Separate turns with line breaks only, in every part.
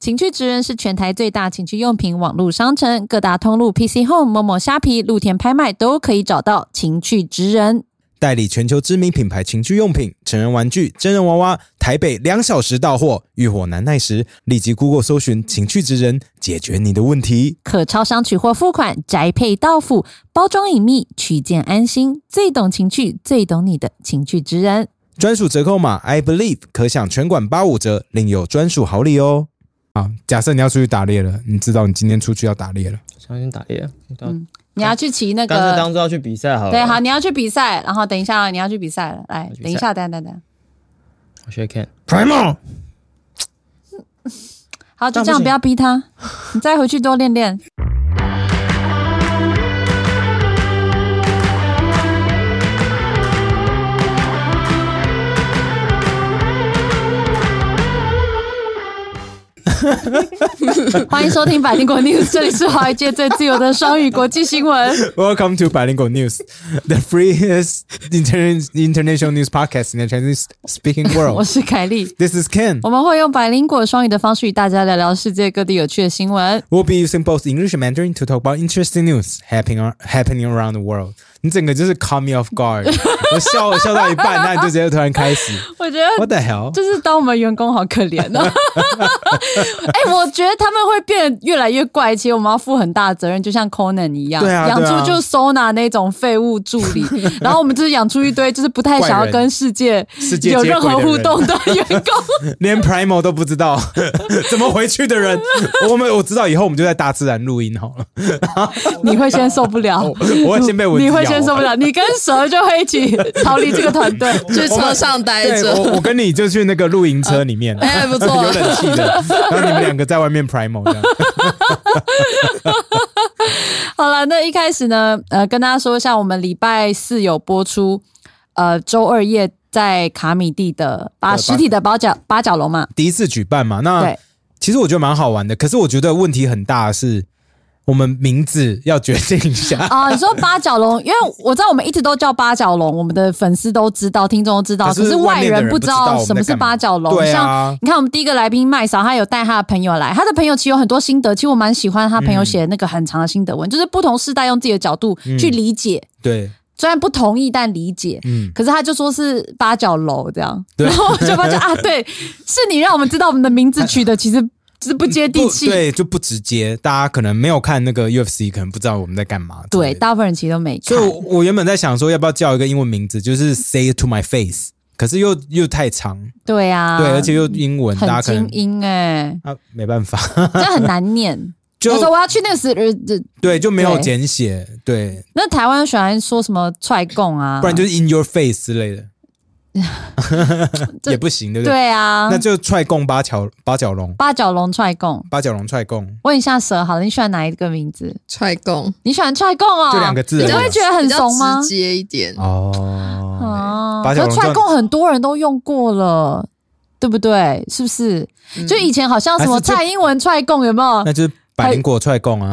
情趣职人是全台最大情趣用品网络商城，各大通路、PC Home、某某虾皮、露天拍卖都可以找到情趣职人。
代理全球知名品牌情趣用品、成人玩具、真人娃娃，台北两小时到货。欲火难耐时，立即 Google 搜寻“情趣之人”，解决你的问题。
可超商取货付款，宅配到府，包装隐秘，取件安心。最懂情趣，最懂你的情趣职人。
专属折扣码 I believe 可享全馆八五折，另有专属好礼哦。啊，假设你要出去打猎了，你知道你今天出去要打猎了，
相信打猎，当
你要去骑嗯那
当是
个，
当做呃要去比赛好了。
对，好，，你要去比赛，然后等一下，你要去比赛了，来
去，比赛
等一下，等一下 等一下，
我学 Ken Primal，
好，就这
样不
样，
行
不要逼他，你再回去多练练。欢迎收听百灵果 news，这里是华尔街最自由的双语国际新 闻。
Welcome to Bilingual News, the freest inter- international news podcast in the Chinese speaking
我
world.
是凯莉，
This is Ken.
我们会用百灵果双语的方式与大家聊聊世界各地有趣的新闻。
We'll be using both English and Mandarin to talk about interesting news happening ar- happening around the world. 你整个就是 caught me off guard，我笑笑到一半，那你就直接突然开始。
我觉得
What the hell？
就是当我们员工好可怜哦。 哎、我觉得他们会变得越来越怪气，我们要负很大的责任，就像 Conan 一样，
对啊
养
对啊
出就 Sona 那种废物助 理，然后我们就是养出一堆就是不太想要跟世界
世界接
有
轨的
任何互
人
动的员 工。
连 Primal 都不 知道怎么回去的人，我们我知道以后我们就在大自然录音 好了。
你会先受不了，
我会哦先被蚊
哦
子
你会
咬啊
先受不了，你跟蛇就会一起逃离这个团队。
去车上待
对，
着。
我我跟你就去那个露营车 里面，
哎，不
有
哦
错，
冷气的，然后你们两个在外面 Primal 这 样。
好了，那一开始呢，呃，跟大家说一下，我们礼拜四有播出，呃，周二夜在卡米蒂的把
对
实体的八角八角楼 嘛，
第一次举办嘛，那
对
其实我觉得蛮好玩的，可是我觉得问题很大的是，我们名字要决定一下。
啊、你说八角龙，因为我知道我们一直都叫八角龙，我们的粉丝都知道，听众都知道，
可
可
是
是
外
外
面的人
不
不知道我们
什么
在
是
干嘛
八角龙，
对
像
啊，
你看，我们第一个来宾麦嫂，她有带她的朋友来，她的朋友其实有很多心得，其实我蛮喜欢她朋友写的那个很长的心得
嗯
文，就是不同世代用自己的角度去理解，
对，
虽然不同意但理解，
嗯，
可是他就说是八角楼这样，
对
然后我 就发现啊，对，是你让我们知道我们的名字取的其实就是不接地
不
气，
对，就不直接，大家可能没有看那个 UFC，可能不知道我们在干嘛。
对
之类的
大部分人其实都没看
所以我，我原本在想说，要不要叫一个英文名字，就是 Say it to my face，可是又又太长，
对啊，
对，而且又英文，大
很
家可
精
能
英哎、
啊没办法，
这很难念。
就
我说我要去那个是呃，
对，就没有
对
简写，对，
那台湾喜欢说什么踹供啊，
不然就是 In your face 之 类的，
这
也不行，对不对？
对啊
那，就踹供八角八角龙。
八角龙踹供。
八角龙踹供，
问一下蛇好了，你喜欢哪一个名字？
踹供
你喜欢踹供哦？
就两个字而已啊
你就会觉得很
比较
怂吗
直？接一点，
哦，
哦，
八角
可
笼
是踹
状
供很多人都用过了，对不对？是不是？就以前好像什么
嗯还是就
蔡英文踹供有没有
那？就是百灵果踹供啊，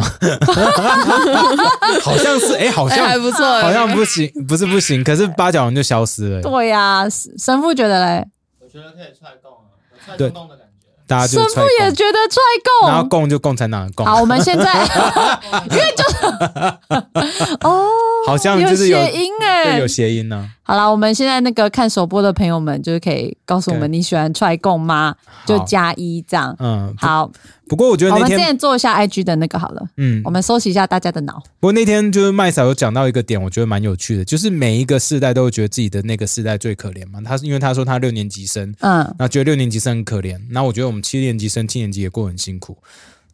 好像是哎、好
哎，
像
还不错，
好像不行，不是不行，可是八角龙就消失了，
对呀、神父觉得嘞，
我觉得可以踹供啊，有踹
对
公的感觉。
大家就
神
踹
父也
供，
觉得
然
踹
后
供。
供就共产党的供，
好，我们现在 因为就是哦，
好像就是有
谐音哎、
对有谐音啊呢、
好啦，我们现在那个看首播的朋友们，就是可以告诉我们
OK
你喜欢踹供吗？就加一这样。
嗯，
好，
不过我觉得
我
那
们之
天，
前做一下 IG 的那个好了，
嗯，
我们收集一下大家的脑。
不过那天就是麦嫂有讲到一个点，我觉得蛮有趣的，就是每一个世代都会觉得自己的那个世代最可怜嘛。他是因为他说他六年级生，
嗯，
那觉得六年级生很可怜。那我觉得我们七年级生、七年级也过得很辛苦。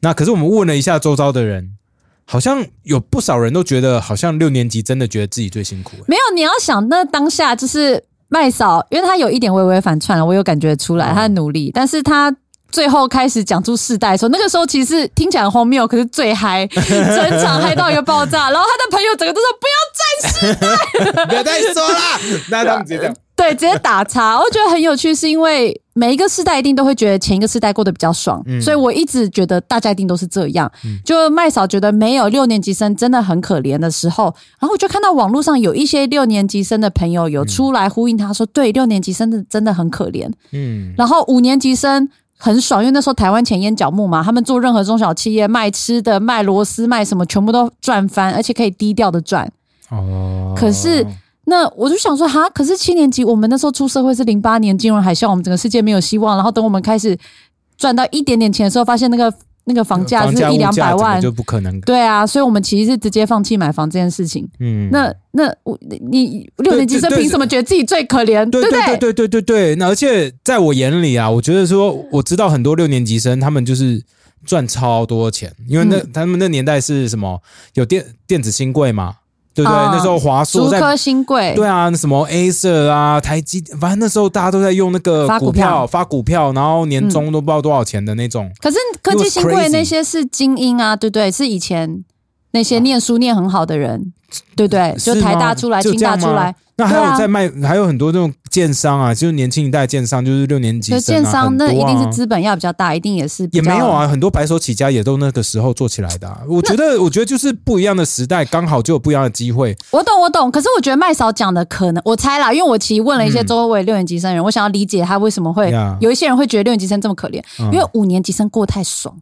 那可是我们问了一下周遭的人，好像有不少人都觉得，好像六年级真的觉得自己最辛 苦、欸
没有，你要想那当下就是麦嫂，因为她有一点微微反串了，我有感觉出来
嗯
她的努力，但是她。最后开始讲出世代的时候，那个时候其实是听起来很荒谬，可是最嗨， 整场嗨到一个爆炸。然后她的朋友整个都说不要战士，
不要再说啦， 那他们直接这样。
对，直接打叉。我觉得很有趣，是因为每一个世代一定都会觉得前一个世代过得比较爽，
嗯
所以我一直觉得大家一定都是这样。就麦嫂觉得没有六年级生真的很可怜的时候，然后我就看到网络上有一些六年级生的朋
嗯
友有出来呼应他说，对，六年级生的真的很可怜。
嗯，
然后五年级生很爽，因为那时候台湾前烟角木嘛，他们做任何中小企业卖吃的、卖螺丝、卖什么，全部都赚翻，而且可以低调的赚。
哦，
可是那我就想说，哈，可是七年级我们那时候出社会是零八年金融海啸，我们整个世界没有希望。然后等我们开始赚到一点点钱的时候，发现那个那个房价是
物
一两百
整个
万，
就不可能。
对啊，所以我们其实是直接放弃买房这件事情。
嗯，
那那我你你六年级生
对对
凭什么觉得自己最可怜，
对
不
对对对对对，那而且在我眼里啊，我觉得说，我知道很多六年级生他们就是赚超多钱，因为那、
嗯
他们那年代是什么有电电子新贵嘛，对不对？
啊
那时候华硕
竹
在
科新贵，
对啊，什么 Acer 啊、台积，反正那时候大家都在用那个
发股
票
票嗯
发股票，然后年终都不知道多少钱的那种。
可是科技新
It was
贵
crazy
那些是精英啊，对不对？是以前那些念书念很好的人，对不对？
啊是
就
吗
台大出来、
就
清
这
大
样
出来
吗，？那还
对
有
啊
在卖，还有很多这种建商啊，就是年轻一代建商，就是六年级
所以
生啊
建商
很多
那一定
啊
是资本要比较大，一定也是比
也
较
没有。啊，很多白手起家也都那个时候做起来的、啊。我觉得，我觉得就是不一样的时代，刚好就有不一样的机会。
我懂，我懂。可是我觉得麦嫂讲的可能，我猜啦，因为我其实问了一些
嗯
周围六年级生人，我想要理解他为什么会
Yeah
有一些人会觉得六年级生这么可怜，
嗯
因为五年级生过太爽。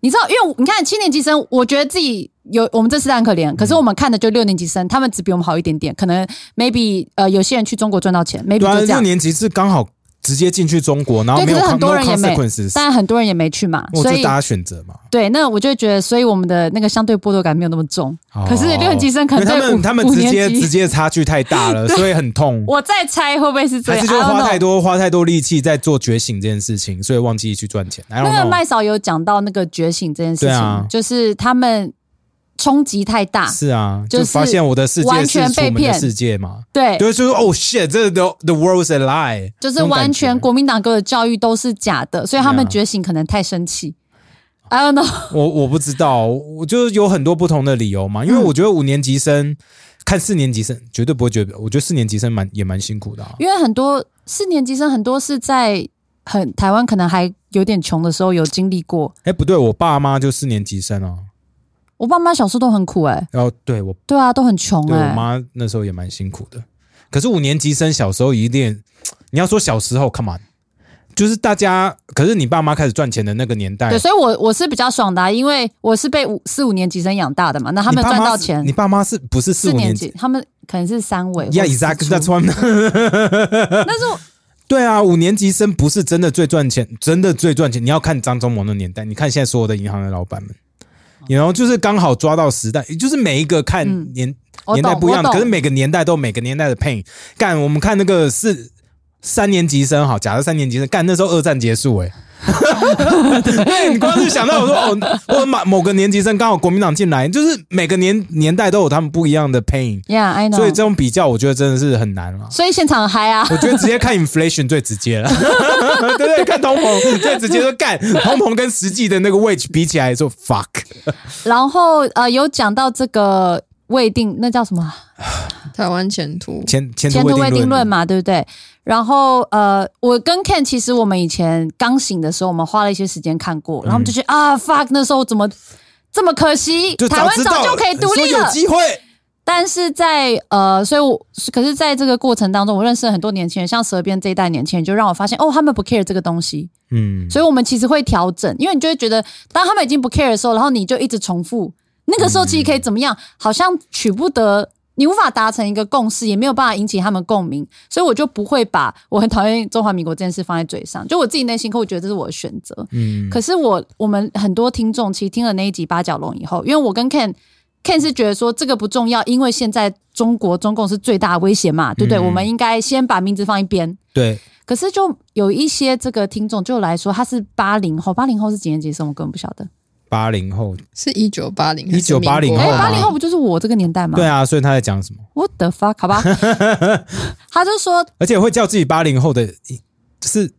你知道，因为你看七年级生，我觉得自己有我们这时代很可怜，可是我们看的就六年级生，他们只比我们好一点点，可能 maybe 呃有些人去中国赚到钱，maybe
对啊，
就这
六
样。
年级是刚好直接进去中国，然后
对，
没
可
有
是很
con-
多
no
人也没，
consequences，
当然很多人也没去嘛，
我
所
就
以
大家选择嘛。
对，那我就会觉得，所以我们的那个相对剥夺感没有那么重。可是六年级生可能
哦因为他
对五
们他们
五
直
年
接
级
直接差距太 大了，所以很痛。
我在猜会不会是这
还
样，
是就
I don't
花
know
太多花太多力气在做觉醒这件事情，所以忘记去赚钱。I don't
那个
know
麦嫂有讲到那个觉醒这件事
对
情，
啊
就是他们冲击太大，
是啊，就
就是
发现我的世界
完
是
全
楚
被
门的
骗
世界嘛，
对，
对，就是哦 shit，这 the the world's a lie，
就是
那种感
完全
觉啊
国民党给我的教育都是假的，所以他们觉醒可能太生气。I don't know，
我我不知道，我就是有很多不同的理由嘛，因
嗯
为我觉得五年级生、看四年级生绝对不会觉得，我觉得四年级生蛮也蛮辛苦的、啊。
因为很多四年级生很多是在很台湾可能还有点穷的时候有经历过。
哎，不对，我爸妈就四年级生哦、
我爸妈小时候都很苦哎、
然后对我
对啊，都很穷
对
哎、
我妈那时候也蛮辛苦的。可是五年级生小时候一定，你要说小时候，come on，就是大家，可是你爸妈开始赚钱的那个年代，
对，所以我我是比较爽的啊、因为我是被五四五年级生养大的嘛，那他们
你爸
赚
妈
到
是
钱
你，爸妈是不是四
四
五
年
级
级他们可能是三位
？Yeah,
或四
exactly.
出
That's what I'm-
但是我
对啊，五年级生不是真的最赚钱，真的最赚钱。你要看张忠谋那年代，你看现在所有的银行的老板们，然后就是刚好抓到时代，就是每一个看
哦嗯
年、
我
年代
懂
不一样，
我懂
可是每个年代都有每个年代的 pain。干，我们看那个是三年级生好，假设三年级生干那时候二战结束 哎、欸。对你光是想到我说哦，我某某个年级生刚好国民党进来，就是每个年年代都有他们不一样的 pain，
Yeah, I know。
所以这种比较，我觉得真的是很难了。
所以现场很嗨啊！
我觉得直接看 inflation 最直接了， 对不对？看通膨最直接就干，通膨跟实际的那个 wage 比起来说 fuck，
然后呃，有讲到这个未定，那叫什么啊
台湾前途，
前前
前
途
途
未
未
定
定论，嘛，对不对？然后呃，我跟 Ken 其实我们以前刚醒的时候，我们花了一些时间看过，然后我们就觉得、啊，fuck，那时候怎么这么可惜？
就
台湾
知道
早就可以独
说
立
有
了。
机会，
但是在呃，所以我可是在这个过程当中，我认识了很多年轻人，像蛇边这一代年轻人，就让我发现哦，他们不 care 这个东西，
嗯，
所以我们其实会调整，因为你就会觉得，当他们已经不 care 的时候，然后你就一直重复，那个时候其实可以怎么样？好像取不得，你无法达成一个共识，也没有办法引起他们共鸣，所以我就不会把我很讨厌中华民国这件事放在嘴上，就我自己内心可我觉得这是我的选择。
嗯，
可是我我们很多听众其实听了那一集八角笼以后，因为我跟 Ken。Ken 是觉得说这个不重要，因为现在中国中共是最大的威胁嘛，对不对？
嗯
我们应该先把名字放一边，
对，
可是就有一些这个听众就来说，他是八零后，八零后是几年级生？我根本不晓得。
八零后，
是一九八零，
1980
哎、
哦
八零后不就是我这个年代吗？
对啊，所以他在讲什么？
，What the fuck？好 吧，他就说
而且会叫自己八零后的，是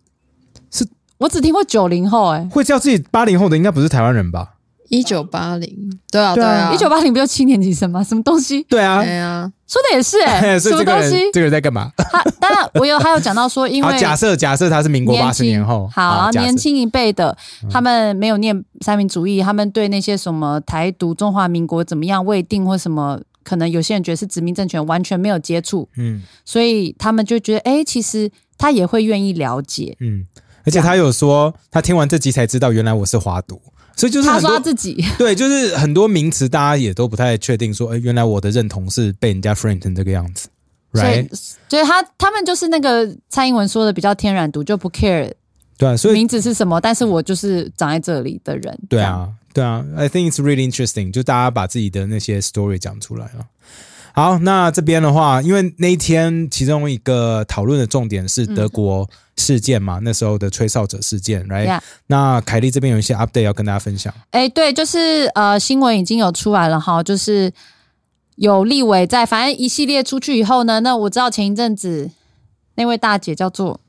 我只听过九零后、欸，
会叫自己八零后的，应该不是台湾人吧？
一九八零，对啊，
对
对
啊
啊，
哎，一九八零不就七年级生吗？什么东西？
对啊
哎，呀，
说的也是、哎，
所
什
以这
么
个
东西
人？这个人在干嘛？
他当然，我有还有讲到说，因
好，
为
假设假设他是民国
年
八十
轻
年后，啊
好，然后
假设嗯
年轻一辈的，他们没有念三民主义，他们对那些什么台独、中华民国怎么样未定或什么，可能有些人觉得是殖民政权，完全没有接触，
嗯
所以他们就觉得，哎、其实他也会愿意了解。
嗯，而且他有说，他听完这集才知道，原来我是华独，所以就是
他
很
说他
多
自己，
对，就是很多名词大家也都不太确定说，哎、原来我的认同是被人家 friend 成这个样子
所
，right？
以所以他他们就是那个蔡英文说的比较天然独，就不 care
对啊，所以
名字是什么，但是我就是长在这里的人。
对
这样，
啊，对啊，I think it's really interesting，就大家把自己的那些 story 讲出来了。好，那这边的话，因为那一天其中一个讨论的重点是
嗯
德国事件嘛，那时候的吹哨者事件，right？、
Yeah
那凯莉这边有一些 update 要跟大家分享。
哎，对，就是呃，新闻已经有出来了哈，就是有立委在，反正一系列出去以后呢，那我知道前一阵子那位大姐叫做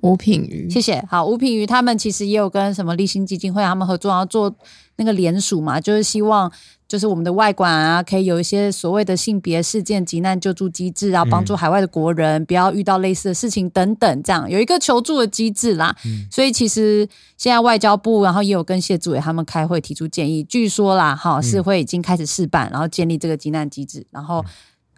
吴品瑜
谢谢。好，吴品瑜他们其实也有跟什么立新基金会他们合作，然后做那个联署嘛，就是希望就是我们的外管啊，可以有一些所谓的性别事件急难救助机制啊，帮助海外的国人不要遇到类似的事情等等，这样有一个求助的机制啦。所以其实现在外交部，然后也有跟谢祖伟他们开会提出建议，据说啦，哈，是会已经开始试办，然后建立这个急难机制，然后。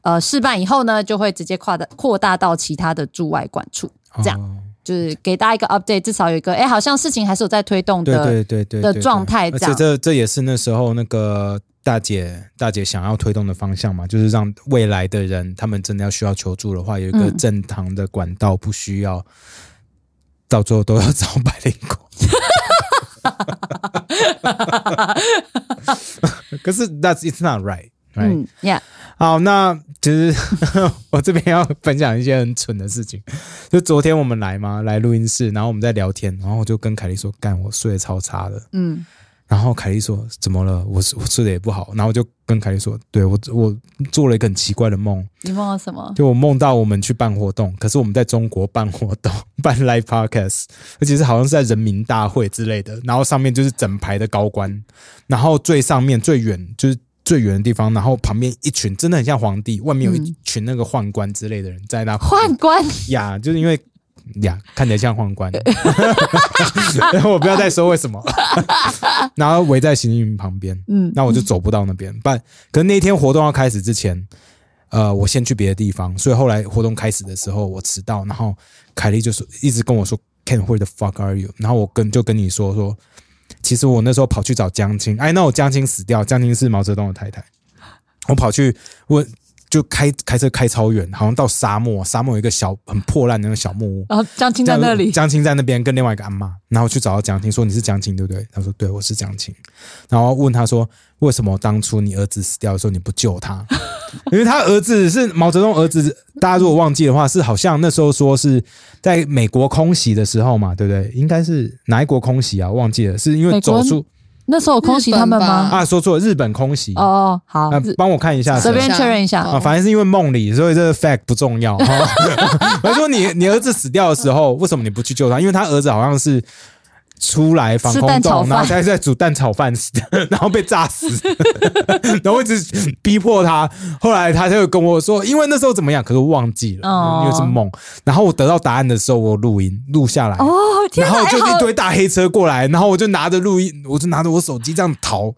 呃，试办以后呢，就会直接扩大扩大到其他的驻外管处，这样
哦
就是给大家一个 update，至少有一个哎、诶好像事情还是有在推动
对
的。
对对对
的
对
状态这
而且
样
这这也是那时候那个大姐大姐想要推动的方向嘛，就是让未来的人他们真的要需要求助的话，有一个
嗯
正常的管道，不需要到最后都要找白领工。 可是 that's it's not right。right？
嗯，Yeah，
好，那其实 我这边要分享一些很蠢的事情。就昨天我们来嘛，来录音室，然后我们在聊天，然后我就跟凯莉说：“干，我睡得超差的。”
嗯，
然后凯莉说：“怎么了？我我睡得也不好。”然后我就跟凯莉说：“对我我做了一个很奇怪的梦，
你问我什么？
就我梦到我们去办活动，可是我们在中国办活动， 办 live podcast，而且是好像是在人民大会之类的，然后上面就是整排的高官，然后最上面最远就是最远的地方，然后旁边一群真的很像皇帝，外面有一
嗯
群那个宦官之类的人在那旁边
宦官，
呀，就是因为呀，看起来像皇冠， 然后我不要再说为什么， 然后围在行云旁边，
嗯，
那我就走不到那边。但可是那天活动要开始之前，呃，我先去别的地方，所以后来活动开始的时候我迟到，然后凯莉就说一直跟我说 Ken where the fuck are you？然后我跟就跟你说说，其实我那时候跑去找江青，哎，那我江青死掉，江青是毛泽东的太太，我跑去问。就开开车开超远，好像到沙漠，沙漠有一个小很破烂的那个小木屋，
然后江青在那里，
江青在那边跟另外一个阿妈，然后去找到江青说你是江青对不对？他说对，我是江青。然后问他说为什么当初你儿子死掉的时候你不救他？ 因为他儿子是毛泽东儿子，大家如果忘记的话，是好像那时候说是在美国空袭的时候嘛，对不对？应该是哪一国空袭啊？忘记了，是因为
美国
走出
那时候有空袭他们
日本吧
吗？
啊，说错了，日本空袭
哦哦，好
啊，，
日
帮我看一下
随
谁
便确认一下
啊，反正是因为梦里，所以这个 fact 不重要。哈 我说你你儿子死掉的时候，为什么你不去救他？因为他儿子好像是出来防
吃
空
蛋炒
洞，
饭
然后他在煮蛋炒饭死的， 然后被炸死， 然后一直逼迫他。后来他就跟我说，因为那时候怎么样，可是我忘记了，
哦
因为是梦。然后我得到答案的时候，我录音录下来。
哦， 天
然
哪，
后
哎
就一
好
堆大黑车过来，然后我就拿着录音，我就拿着我手机这样逃，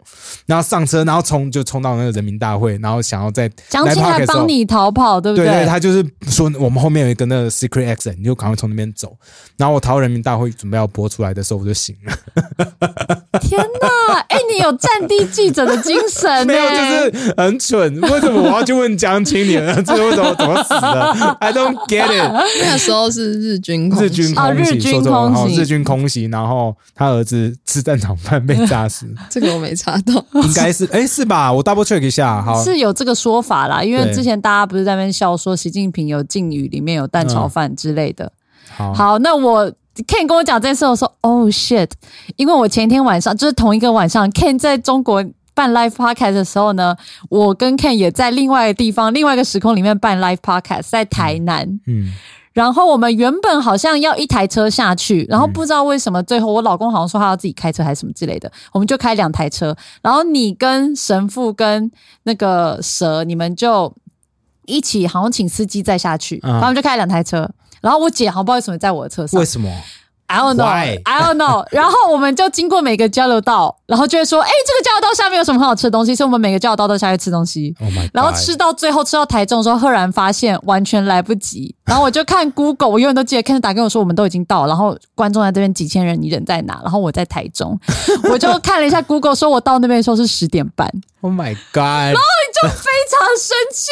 然后上车，然后冲就冲到那个人民大会，然后想要在
江青
live podcast
还
的时候
帮你逃跑，对不
对
对？
他就是说我们后面有一个那个 secret exit，你就赶快从那边走。然后我逃到人民大会准备要播出来的时候，我就醒了，
天哪，哎，你有战地记者的精神呢
没有，就是很蠢。为什么我要去问江青你 儿子为什么怎么死的？I don't get it。
那时候是日军空
日军
袭
啊
空袭，
日军
说错了，
空
哦
袭
日军空袭，然后他儿子吃战场饭被 炸死，
这个我没查到，
哦
应该是哎是吧？我 double check 一下，好，
是有这个说法啦，因为
对
之前大家不是在那边笑说习近平有禁语，里面有蛋炒饭之类的。
好，
好，那我 Ken 跟我讲这件事，我说 Oh shit，因为我前一天晚上就是同一个晚上，Ken 在中国办 live podcast 的时候呢，我跟 Ken 也在另外一个地方、另外一个时空里面办 live podcast，在台南。
嗯，
然后我们原本好像要一台车下去，然后
嗯
不知道为什么最后我老公好像说他要自己开车还是什么之类的，我们就开两台车。然后你跟神父跟那个蛇，你们就一起好像请司机再下去，
嗯
然后我们就开两台车。然后我姐好像不知道为什么在我的车上
为，什么？
I don't know,
Why?
I don't know。然后我们就经过每个交流道，然后就会说，哎、这个交流道下面有什么很好吃的东西？所以我们每个交流道都下去吃东西。
Oh my，
然后吃到最后吃到台中的时候，赫然发现完全来不及，然后我就看 Google，我永远都记得 Ken 打跟我说我们都已经到了，然后观众在这边几千人，你人在哪？然后我在台 中，我就看了一下 Google，说我到那边的时候是十点半，
Oh my god！
就非常哎生气。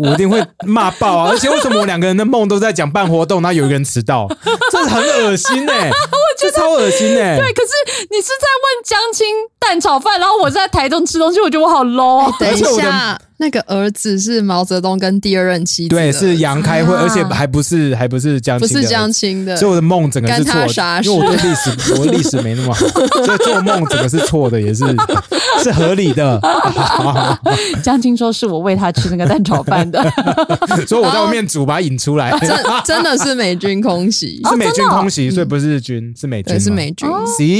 我 我一定会骂爆啊！而且为什么我两个人的梦都在讲办活动，然后有一个人迟到，这很恶心 哎、这超恶心哎、
对，可是你是在问江青蛋炒饭，然后我是在台中吃东西，我觉得我好 low 哦。
哎等一
而且我
下
的，
那个儿子是毛泽东跟第二任妻子的，
对，是杨开慧，
啊
而且还不是还不是江
不
青的
是江青的？
所以我的梦整个是错
干他啥
的，
事
因为我对历史 我历史没那么好，所以做梦整个是错的，也是是合理 的。
江青说是我喂他吃那个蛋炒饭 的，
所以我在外面煮把它引出来，
哦真真的是美军空袭，
是美军
真的哦
空袭，所以不是日军，是美军
嗯对，
吗，
是美
哦
军。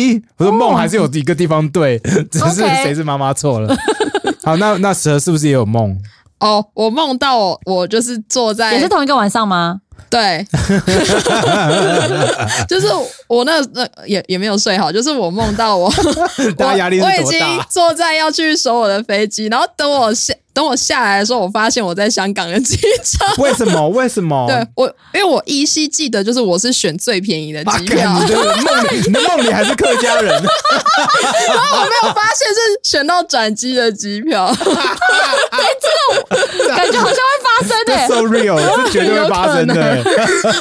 行，我的梦还是有一个地方对，只是
OK
谁是妈妈错了。 好，那那蛇是不是也有梦？
哦，我梦到我我就是坐在
也是同一个晚上 吗？
对， 就是我那那也也没有睡好，就是我梦到我
大家压力是
我我已
多
经
大？
坐在要去首尔的飞机，然后等我下等我下来的时候，我发现我在香港的机 场。
为什么？为什么？
对我，因为我依稀记得，就是我是选最便宜的
啊，
机票，
干你的梦里，你的梦里还是客家 人，
然后我没有发现是选到转机的机票，
感觉好像会发 生欸
这
诶、
so real，这绝对会发生的。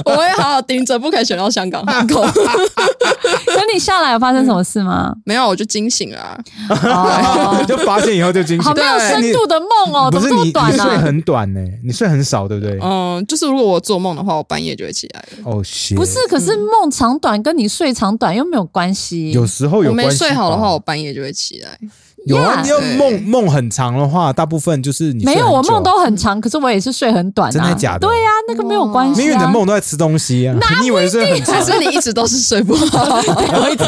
我会好好盯着，不可以选到香港航空。
可你下来有发生什么事吗？
没有，我就惊醒了啊、
哦，
就发现以后就惊喜啊
好。没有深度的梦哦，
不
怎么这
是你，
么
你
短
睡
啊？哦
很短呢，你睡很少，对不对？
嗯，就是如果我做梦的话，我半夜就会起来了。
哦，是
不是，可是梦长短跟你睡长短又没有关系。
有时候有
我没
关系
睡好的
吧
话，我半夜就会起来。
有啊，
Yeah
你要
对
梦梦很长的话，大部分就是你
没
睡
有，
很
我
久
梦都很长，可是我也是睡很短啊。
真的假的
对呀、那个没有关系、啊。
因为你 的梦都在吃东西啊，你以为是很长
还？是你一直都是睡不好？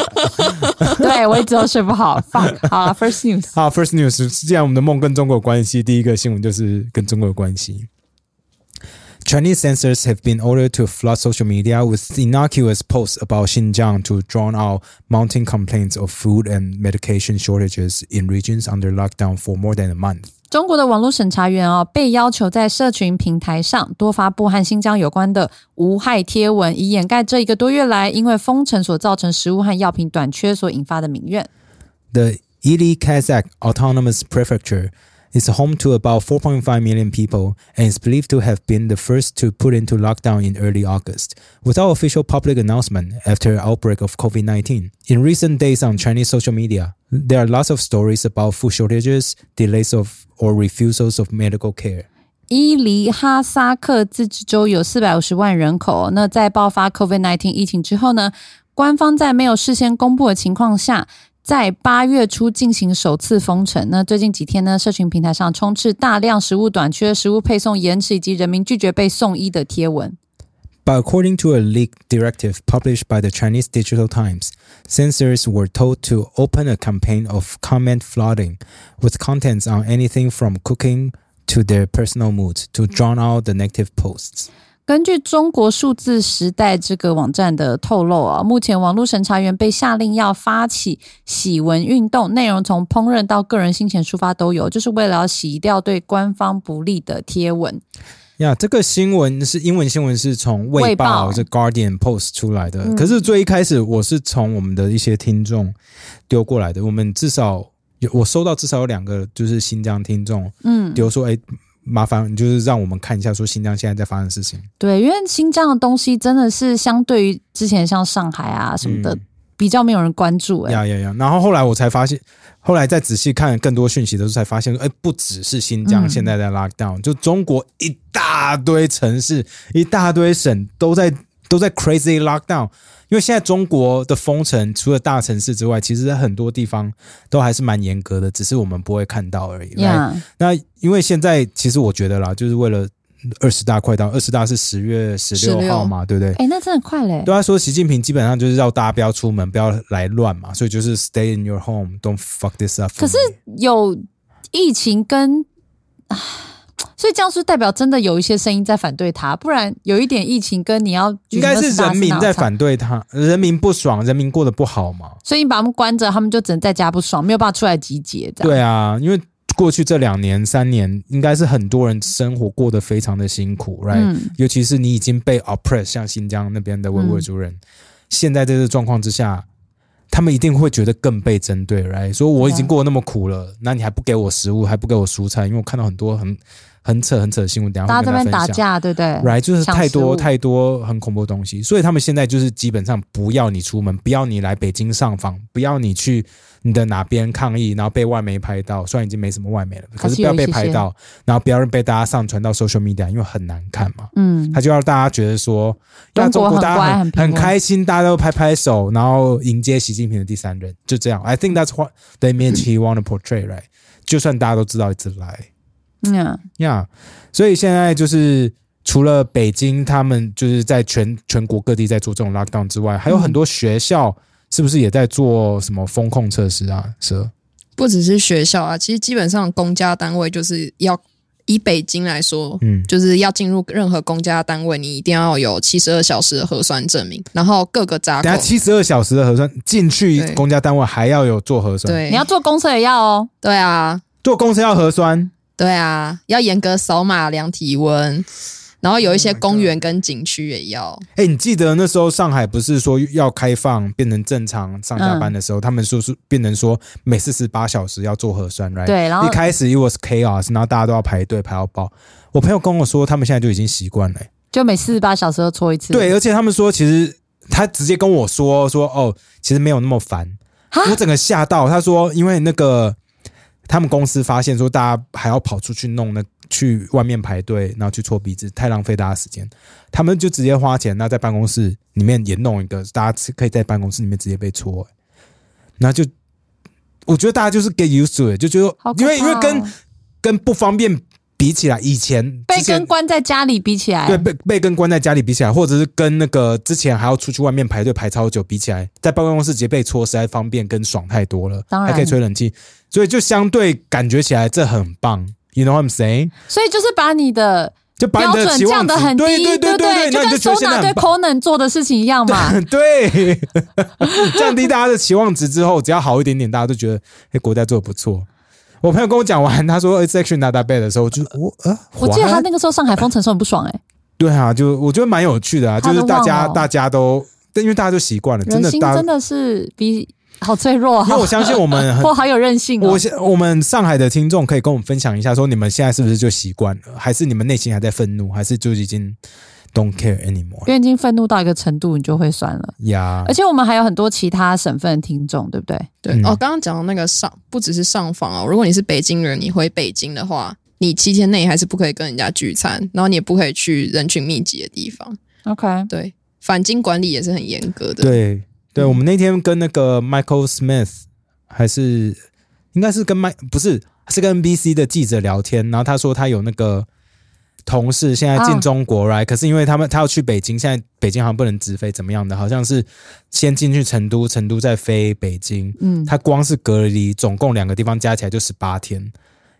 对我一直都睡不好。Fuck，好了，First 啊 News，
好，First News，既然我们的梦跟中国有关系，第一个新闻就是跟中国有关系。Chinese censors have been ordered to flood social media with innocuous posts about Xinjiang to drown out mounting complaints of food and medication shortages in regions under lockdown for more than a month.
中国的网络审查员哦，被要求在社群平台上多发布和新疆有关的无害贴文，以掩盖这一个多月来因为封城所造成食物和药品短缺所引发的民怨。
The Ili Kazakh Autonomous Prefecture is home to about 4.5 million people and is believed to have been the first to put into lockdown in early August, without official public announcement after an outbreak of COVID 19. In recent days on Chinese social media, there are lots of stories about food shortages, delays of or refusals of medical care.
伊犁哈萨克自治州有四百五十万人口哦、那在爆发 COVID-19 疫情之后呢，官方在没有事先公布的情况下，在八月初进行首次封城。那最近几天呢，社群平台上充斥大量食物短缺、食物配送延迟以及人民拒绝被送医的贴文。
But according to a leaked directive published by the Chinese Digital Times, censors were told to open a campaign of comment flooding with contents on anything from cooking to their personal moods to drown out the negative posts.
根据中国数字时代这个网站的透露啊，目前网络审查员被下令要发起洗文运动，内容从烹饪到个人心情抒发都有，就是为了要洗掉对官方不利的贴文。
呀这个新闻是英文新闻，是从《卫报嗯
卫报》
这《Guardian》Post 出来的。可是最一开始，我是从我们的一些听众丢过来的。我们至少有我收到至少有两个，就是新疆听众，嗯，丢说：“哎，麻烦你就是让我们看一下，说新疆现在在发生的事情。”
对，因为新疆的东西真的是相对于之前像上海啊什么的，
嗯
比较没有人关注、欸。
呀呀呀！然后后来我才发现，后来再仔细看更多讯息的时候，才发现，哎，不只是新疆
嗯
现在在 lockdown，、就中国一大堆城市、一大堆省都在都在 crazy lockdown。因为现在中国的封城，除了大城市之外，其实很多地方都还是蛮严格的，只是我们不会看到而已。
哎呀
那因为现在其实我觉得啦，就是为了二十大快到，二十大是十月十六号嘛，对不对？
哎、那真的快嘞、
对他说，习近平基本上就是要大家不要出门，不要来乱嘛，所以就是 stay in your home, don't fuck this up for me。
可是有疫情跟，唉所以这样是代表真的有一些声音在反对他，不然有一点疫情跟你要
应该是
举那
人民
个
在
大事闹场，
反对他，人民不爽，人民过得不好嘛。
所以你把他们关着，他们就只能在家不爽，没有办法出来集结。这样
对啊，因为过去这两年三年，应该是很多人生活过得非常的辛苦，right？、
嗯
尤其是你已经被 oppress，像新疆那边的维吾尔族人，现在在这个状况之下，他们一定会觉得更被针对，right？说我已经过得那么苦了，那你还不给我食物，还不给我蔬菜，因为我看到很多很很扯很扯的新闻，等一下
大家
会
这
跟大家
边打
分享。
架，对不对
right，就是
抢
太
哦食物
多太多很恐怖的东西，所以他们现在就是基本上不要你出门，不要你来北京上访，不要你去你的哪边抗议，然后被外媒拍到，虽然已经没什么外媒了，可
还
是
是
不
有
要
一
被
些
拍
些
到，然后不要被大家上传到 social media，因为很难看嘛。
嗯，
他就要大家觉得说，
中
那
国
中国
很
大
乖
家
很
很
平
很
稳
开心，大家都拍拍手，然后迎接习近平的第三任，就这样。I think that's what the image he want to portray, right？就算大家都知道一直来，
嗯，
呀所以现在就是除了北京，他们就是在全全国各地在做这种 lockdown 之外，还有很
嗯
多学校是不是也在做什么风控测试啊？蛇，
不只是学校啊，其实基本上公家单位就是要以北京来说，
嗯
就是要进入任何公家单位，你一定要有七十二小时的核酸证明，然后各个闸口
等下七十二小时的核酸进去
对
公家单位还要有做核酸，，
对，
你要坐公车也要哦，
对啊，
做公司要核酸，
对啊，要严格扫码量体温，然后有一些公园跟景区也要，
哎、你记得那时候上海不是说要开放变成正常上下
嗯
班的时候，他们说是变成说每四十八小时要做核酸，right？
对然后
一开始 it was chaos，然后大家都要排队排到爆。我朋友跟我说，他们现在就已经习惯了、欸
就每四十八小时都搓一次。
对，，而且他们说，其实他直接跟我说说哦，其实没有那么烦。
哈
我整个吓到，他说因为那个他们公司发现说，大家还要跑出去弄那去外面排队，然后去搓鼻子，太浪费大家时间。他们就直接花钱，那在办公室里面也弄一个，大家可以在办公室里面直接被搓、欸然后就我觉得大家就是 get used to it，就觉得、
好可怕哦
因为因为跟跟不方便比起来，以前
被
之前
跟关在家里比起来，
对，被被跟关在家里比起来，或者是跟那个之前还要出去外面排队排超久比起来，在办公室直接被搓实在方便跟爽太多了，
当然
还可以吹冷气，所以就相对感觉起来这很棒。You know what I'm saying？
所以就是把你的
就把
标
你的
准
期望
降
值
得很低，
对
对
对对，
就
那你
跟
觉得
收
现在
纳
很
对
棒。
Conan 做的事情一样嘛。
对， 降低大家的期望值之后，只要好一点点，大家都觉得哎，国家做的不错。我朋友跟我讲完，他说哎 "It's actually not that bad" 的时候，我就我呃，
我记得
what？
他那个时候上海封城的时候很不爽哎、
对啊，就我觉得蛮有趣的啊，
他都
就是大家
忘了
大家都，但因为大家都习惯了，真
人
的
心
大家
真，的是比好脆弱、
因为我
哦，
相信我们 很
或。好有韧性哦
我。现我们上海的听众可以跟我们分享一下，说你们现在是不是就习惯了，还是你们内心还在愤怒，还是就已经 don't care
因
anymore
为已经愤怒到一个程度，你就会酸了。
呀
而？且我们还有很多其他省份的听众，对不对？
对、
嗯
哦，刚刚讲的那个上不只是上访哦，如果你是北京人，你回北京的话，你七天内还是不可以跟人家聚餐，然后你也不可以去人群密集的地方，
OK，
对，返京管理也是很严格的，
对对，
嗯
我们那天跟那个 Michael Smith 还是应该是跟麦不是是跟 NBC 的记者聊天，然后他说他有那个同事现在进
啊
中国来、可是因为他们他要去北京，现在北京好像不能直飞，怎么样的？好像是先进去成都，成都再飞北京。
嗯，
他光是隔离，总共两个地方加起来就十八天。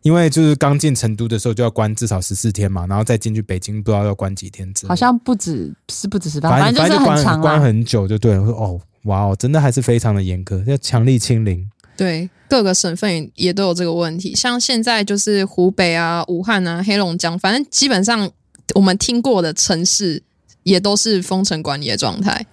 因为就是刚进成都的时候就要关至少十四天嘛，然后再进去北京不知道要关几天之类的。
好像不止是不止十八，
反
反
正
正就是
就
很
关
长啊
关
啦。
很久就对了。我说哦，哇哦，真的还是非常的严格，要强力清零。
对，各个省份也也都有这个问题。像现在就是湖北啊、武汉啊、黑龙江，反正基本上我们听过的城市也都是封城管理的状态。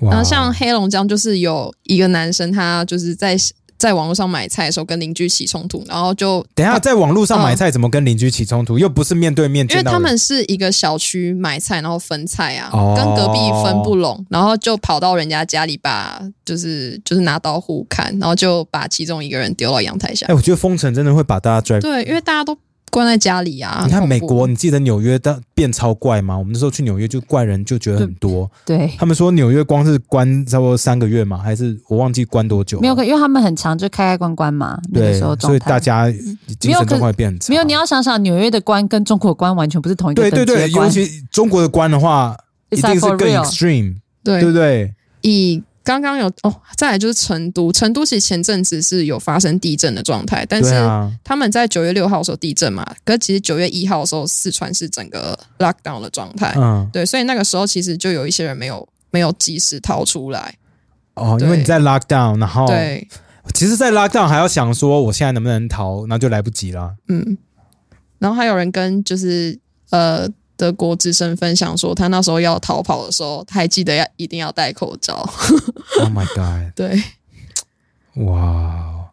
哇哦
然后像黑龙江，就是有一个男生，他就是在在网络上买菜的时候跟邻居起冲突，然后就
等一下在网络上
嗯
买菜，怎么跟邻居起冲突？又不是面对面
因为
见到
他
人，
们是一个小区买菜，然后分菜啊，
哦
跟隔壁分不拢，然后就跑到人家家里把就是就是拿刀互砍，然后就把其中一个人丢到阳台下
哎，。我觉得封城真的会把大家拽。
对，因为大家都关在家里啊。
哎你看
很
美
恐怖
国，你记得纽约的变超怪吗？我们那时候去纽约就怪人就觉得很多，
对，
他们说纽约光是关差不多三个月嘛，还是我忘记关多久了？
没有，因为他们很长，就开开关关嘛。那个
啊对
时候，状
所以
态
大家精神状况会变很差。
没有，你要想想，纽约的关跟中国关完全不是同一个
对对
等级
对，
的
尤
关。
其中国的关的话，一
It's
定
like
是
for
更
real
extreme，
对
对不对？
以刚刚有哦，再来就是成都，成都其实前阵子是有发生地震的状态，但是
对啊，
他们在九月六号的时候地震嘛，可是其实九月一号的时候四川是整个 lockdown 的状态，
嗯，
对，所以那个时候其实就有一些人没有没有及时逃出来，
哦，因为
对
哦你在 lockdown，然后
对
其实，在 lockdown 还要想说我现在能不能逃，那就来不及了。
嗯，然后还有人跟就是呃德国之声分享说，他那时候要逃跑的时候，他还记得要一定要戴口罩。
Oh my god！
对，
哇哦，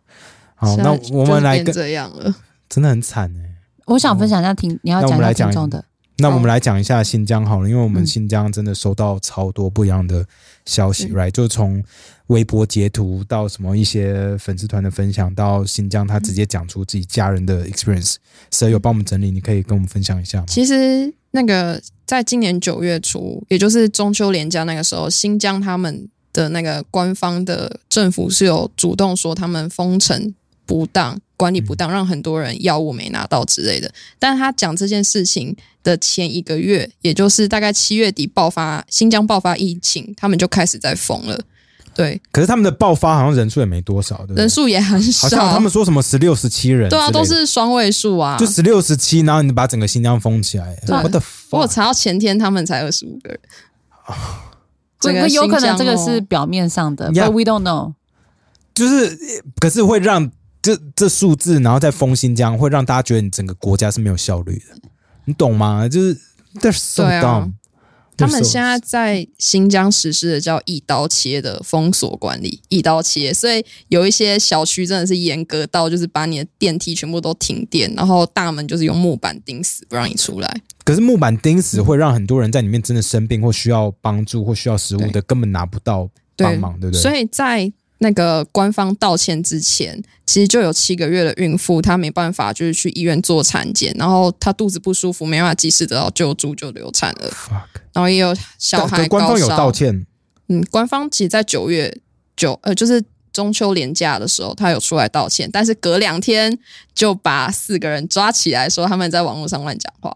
好，
现
那
在
我
就是
们来
变
跟
这样了。
真的很惨哎、
我想分享一下听你要
那我
讲
们来
一下
讲
听众的，
那我们
好
来讲一下新疆好了，因为我们
嗯
新疆真的收到超多不一样的消息、
嗯
r i g h t 就从微博截图到什么一些粉丝团的分享，到新疆他直接讲出自己家人的 experience。谁有帮我们整理？你可以跟我们分享一下吗？
其实那个在今年九月初，也就是中秋连假那个时候，新疆他们的那个官方的政府是有主动说他们封城不当、管理不
嗯
当，让很多人药物没拿到之类的。但他讲这件事情的前一个月，也就是大概七月底爆发新疆爆发疫情，他们就开始在封了。对，
可是他们的爆发好像人数也没多少，对不对
人数也很少，
好像他们说什么十六十七人之
啊对
类的，
啊，都是双位数啊。
就十六十七，然后你把整个新疆封起来。
对啊
What the
我
fuck？
有查到前天他们才二十五个人， 整个
会有可
新
能
疆
这个
哦
是表面上的
Yeah
，but we don't know。
就是，可是会让这这数字，然后再封新疆，会让大家觉得你整个国家是没有效率的，你懂吗？就是 they're so
对啊
dumb，
他们现在在新疆实施的叫一刀切的封锁管理，一刀切，所以有一些小区真的是严格到就是把你的电梯全部都停电，然后大门就是用木板钉死，不让你出来。
可是木板钉死会让很多人在里面真的生病或需要帮助或需要食物的，根本拿不到
对
帮忙，对不对？
所以在那个官方道歉之前，其实就有七个月的孕妇，她没办法就是去医院做产检，然后她肚子不舒服，没办法及时得到救助就流产了，
fuck，
然后也有小
但
孩
可官
高
方有
烧
道歉，
嗯，官方其实在九月九呃，就是中秋连假的时候，他有出来道歉，但是隔两天就把四个人抓起来，说他们在网络上乱讲话。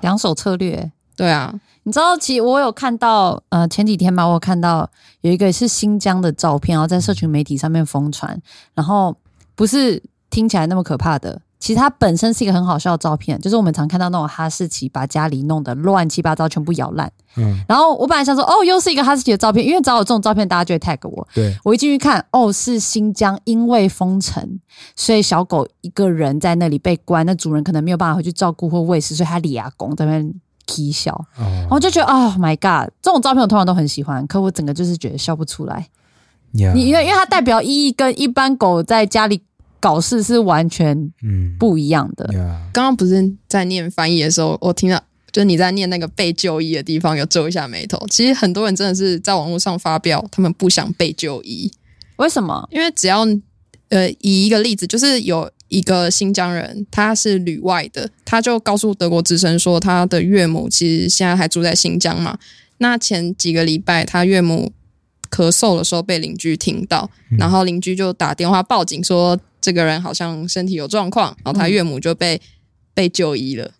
两手策略。
对啊，
你知道，其实我有看到，呃，前几天吧，我有看到有一个是新疆的照片，然后在社群媒体上面疯传，然后不是听起来那么可怕的，其实它本身是一个很好笑的照片，就是我们常看到那种哈士奇把家里弄得乱七八糟，全部咬烂。
嗯，
然后我本来想说，哦，又是一个哈士奇的照片，因为只要有这种照片，大家就会 tag 我。
对，
我一进去看，哦，是新疆因为封城，所以小狗一个人在那里被关，那主人可能没有办法回去照顾或喂食，所以它理牙工在那边啼笑。然后
哦，
就觉得，Oh my God，这种照片我通常都很喜欢，可我整个就是觉得笑不出来。你因为因为它代表意义跟一般狗在家里搞事是完全
嗯
不一样的。
呀，
刚刚不是在念翻译的时候，我听到就是你在念那个被就医的地方有皱一下眉头。其实很多人真的是在网络上发表他们不想被就医，
为什么？
因为只要呃，以一个例子，就是有一个新疆人，他是旅外的，他就告诉德国之声说，他的岳母其实现在还住在新疆嘛。那前几个礼拜，他岳母咳嗽的时候被邻居听到，
嗯
然后邻居就打电话报警说，这个人好像身体有状况，然后
嗯
他岳母就被、被就医了。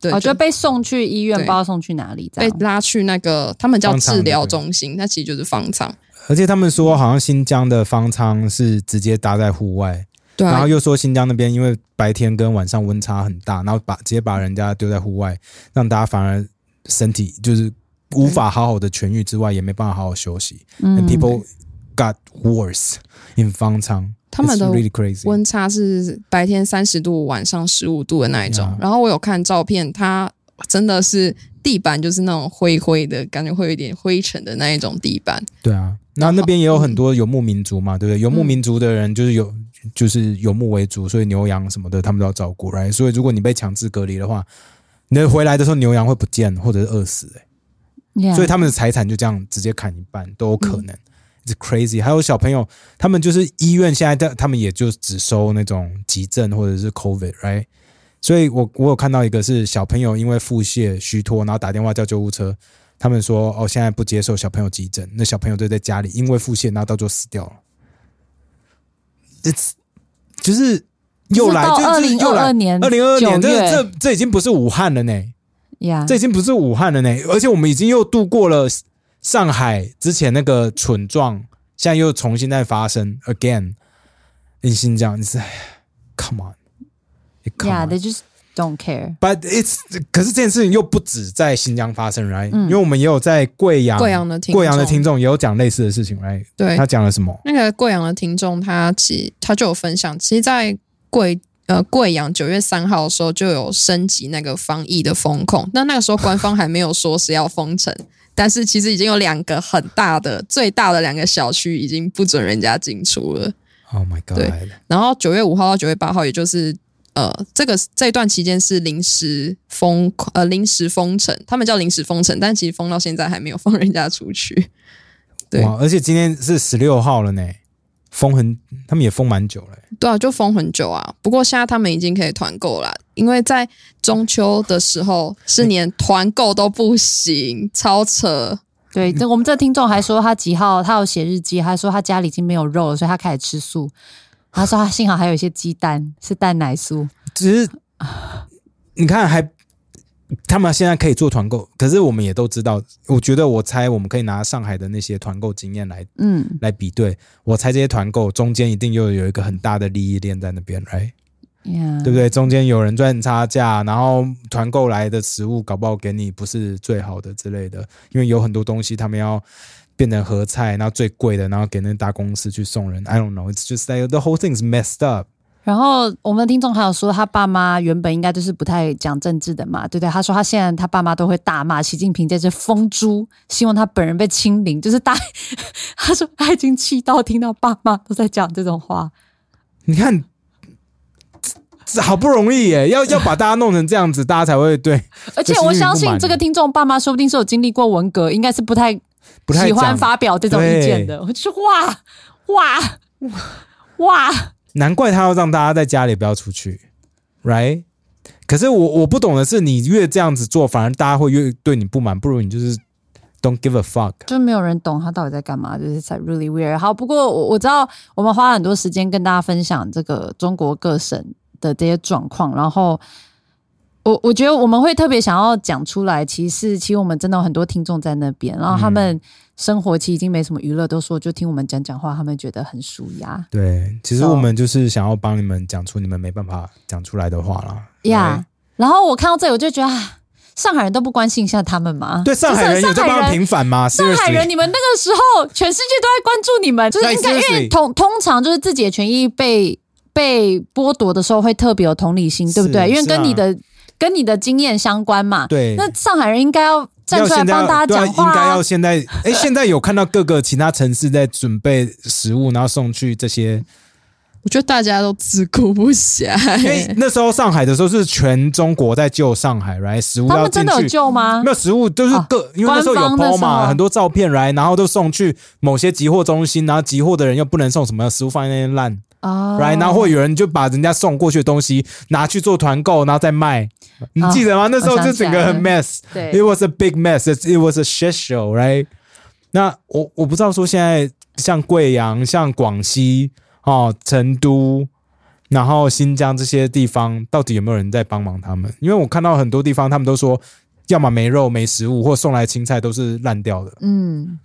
对，
我觉哦得被送去医院，不
对
知道送去哪里，这
被
样
拉去那个他们叫
方舱
治
对
疗
不对
中心，那其实就是方舱。
而且他们说好像新疆的方舱是直接搭在户外，
对
然
啊
后，又说新疆那边因为白天跟晚上温差很大，然后把直接把人家丢在户外，让大家反而身体就是无法好好的痊愈之外，也没办法好好休息。And
嗯
people got worse in 方舱，
他们
It's
的
really crazy。
温差是白天三十度，晚上十五度的那一种。
Yeah.
然后我有看照片，它真的是地板就是那种灰灰的感觉，会有一点灰尘的那一种地板。
对啊，那那边也有很多游牧民族嘛，对不对？游牧民族的人就是有就是游牧为主，所以牛羊什么的他们都要照顾，right？所以如果你被强制隔离的话，你回来的时候牛羊会不见或者是饿死、欸
Yeah
所以他们的财产就这样直接砍一半都有可
嗯
能。It's crazy。还有小朋友，他们就是医院现在的他们也就只收那种急症或者是 COVID，right？所以我我有看到一个是小朋友因为腹泻虚脱，然后打电话叫救护车，他们说哦现在不接受小朋友急诊，那小朋友就在家里因为腹泻，然后到最后死掉了。It's 就是又来，
就是到
就就是又来
2022年
二零二二年，这
9月
这这已经不是武汉了呢。
呀
这已经不是武汉了呢，而且我们已经又度过了上海之前那个蠢状，现在又重新在发生 again。你新疆，你是哎呀，come on，你 come
yeah，
on，
they just don't care。
But it's 可是这件事情又不止在新疆发生，right？、因为我们也有在贵阳
嗯贵阳的听众
贵阳的听众也有讲类似的事情，right？
对
他，讲了什么？
那个贵阳的听众他其他就有分享，其实，在贵呃贵阳九月三号的时候就有升级那个防疫的风控，那那个时候官方还没有说是要封城，但是其实已经有两个很大的最大的两个小区已经不准人家进出了。
Oh my god！
对然后九月五号到九月八号，也就是呃，这个这一段期间是临时封呃临时封城，他们叫临时封城，但其实封到现在还没有放人家出去。 对
哇！而且今天是十六号了呢，封很，他们也封蛮久了。
对啊，就封很久啊。不过现在他们已经可以团购啦，因为在中秋的时候是连团购都不行，超扯。
对，这我们这听众还说他几号，他有写日记，他说他家里已经没有肉了，所以他开始吃素。他说他幸好还有一些鸡蛋，是蛋奶酥。
只是你看还，他们现在可以做团购，可是我们也都知道，我觉得我猜我们可以拿上海的那些团购经验来
嗯，
来比对，我猜这些团购中间一定又有一个很大的利益链在那边，right？对不
对？
对？中间有人赚差价，然后团购来的食物搞不好给你不是最好的之类的，因为有很多东西他们要变成合菜，然后最贵的，然后给那大公司去送人。I don't know, it's just like the whole thing's messed up。
然后我们的听众还有说，他爸妈原本应该就是不太讲政治的嘛，对不对？他说他现在他爸妈都会大骂习近平这只疯猪，希望他本人被清零。就是大， 他说他已经气到听到爸妈都在讲这种话。
你看，这这好不容易耶，要要把大家弄成这样子，大家才会对
而且我相信这个听众爸妈说不定是有经历过文革，应该是不太
不太
喜欢
讲
发表这种意见的。我就说哇哇 哇，
难怪他要让大家在家里不要出去，right？可是我我不懂的是，你越这样子做，反而大家会越对你不满，不如你就是 don't give a fuck。
就没有人懂他到底在干嘛，就是 it's like really weird。好，不过我我知道我们花了很多时间跟大家分享这个中国各省的这些状况，然后。我我觉得我们会特别想要讲出来，其实其实我们真的有很多听众在那边，然后他们生活其实已经没什么娱乐，都说就听我们讲讲话，他们觉得很舒压。
对，其实
So-
我们就是想要帮你们讲出你们没办法讲出来的话啦。
呀、然后我看到这里，我就觉得啊，上海人都不关心一下他们吗？
对，上海人
就
有
是
在
上
帮
海
他们
人。
平反吗？
上海
Seriously
人，你们那个时候，全世界都在关注你们，就是应该，
Like,
因
seriously
为通通常就是自己的权益被被剥夺的时候，会特别有同理心，对不对？
是
因为
是啊
跟你的、跟你的经验相关嘛。
对，
那上海人应该要站
要
出来
现在
帮大家
对啊
讲话、
应该要现在。哎，现在有看到各个其他城市在准备食物，然后送去这些
我觉得大家都自顾不暇、
因为那时候上海的时候是全中国在救上海，right？食物
他
要
们
进
真的有
去，
救吗？
没有食物就是
啊
各，因为那时候有
官方
包
的时候啊
嘛，很多照片来，然后都送去某些集货中心，然后集货的人又不能送什么食物放在那边烂、
啊
r i g h t 然后或有人就把人家送过去的东西拿去做团购，然后再卖。你
啊
记得吗？那时候
我想
就
起
整
来
个很
了
mess。
对
It was a big mess. It's- It was a shit show, right? 那我我不知道说现在像贵阳、像广西、哦成都，然后新疆这些地方，到底有没有人在帮忙他们？因为我看到很多地方，他们都说，要么没肉、没食物，或送来的青菜都是烂掉的。
嗯，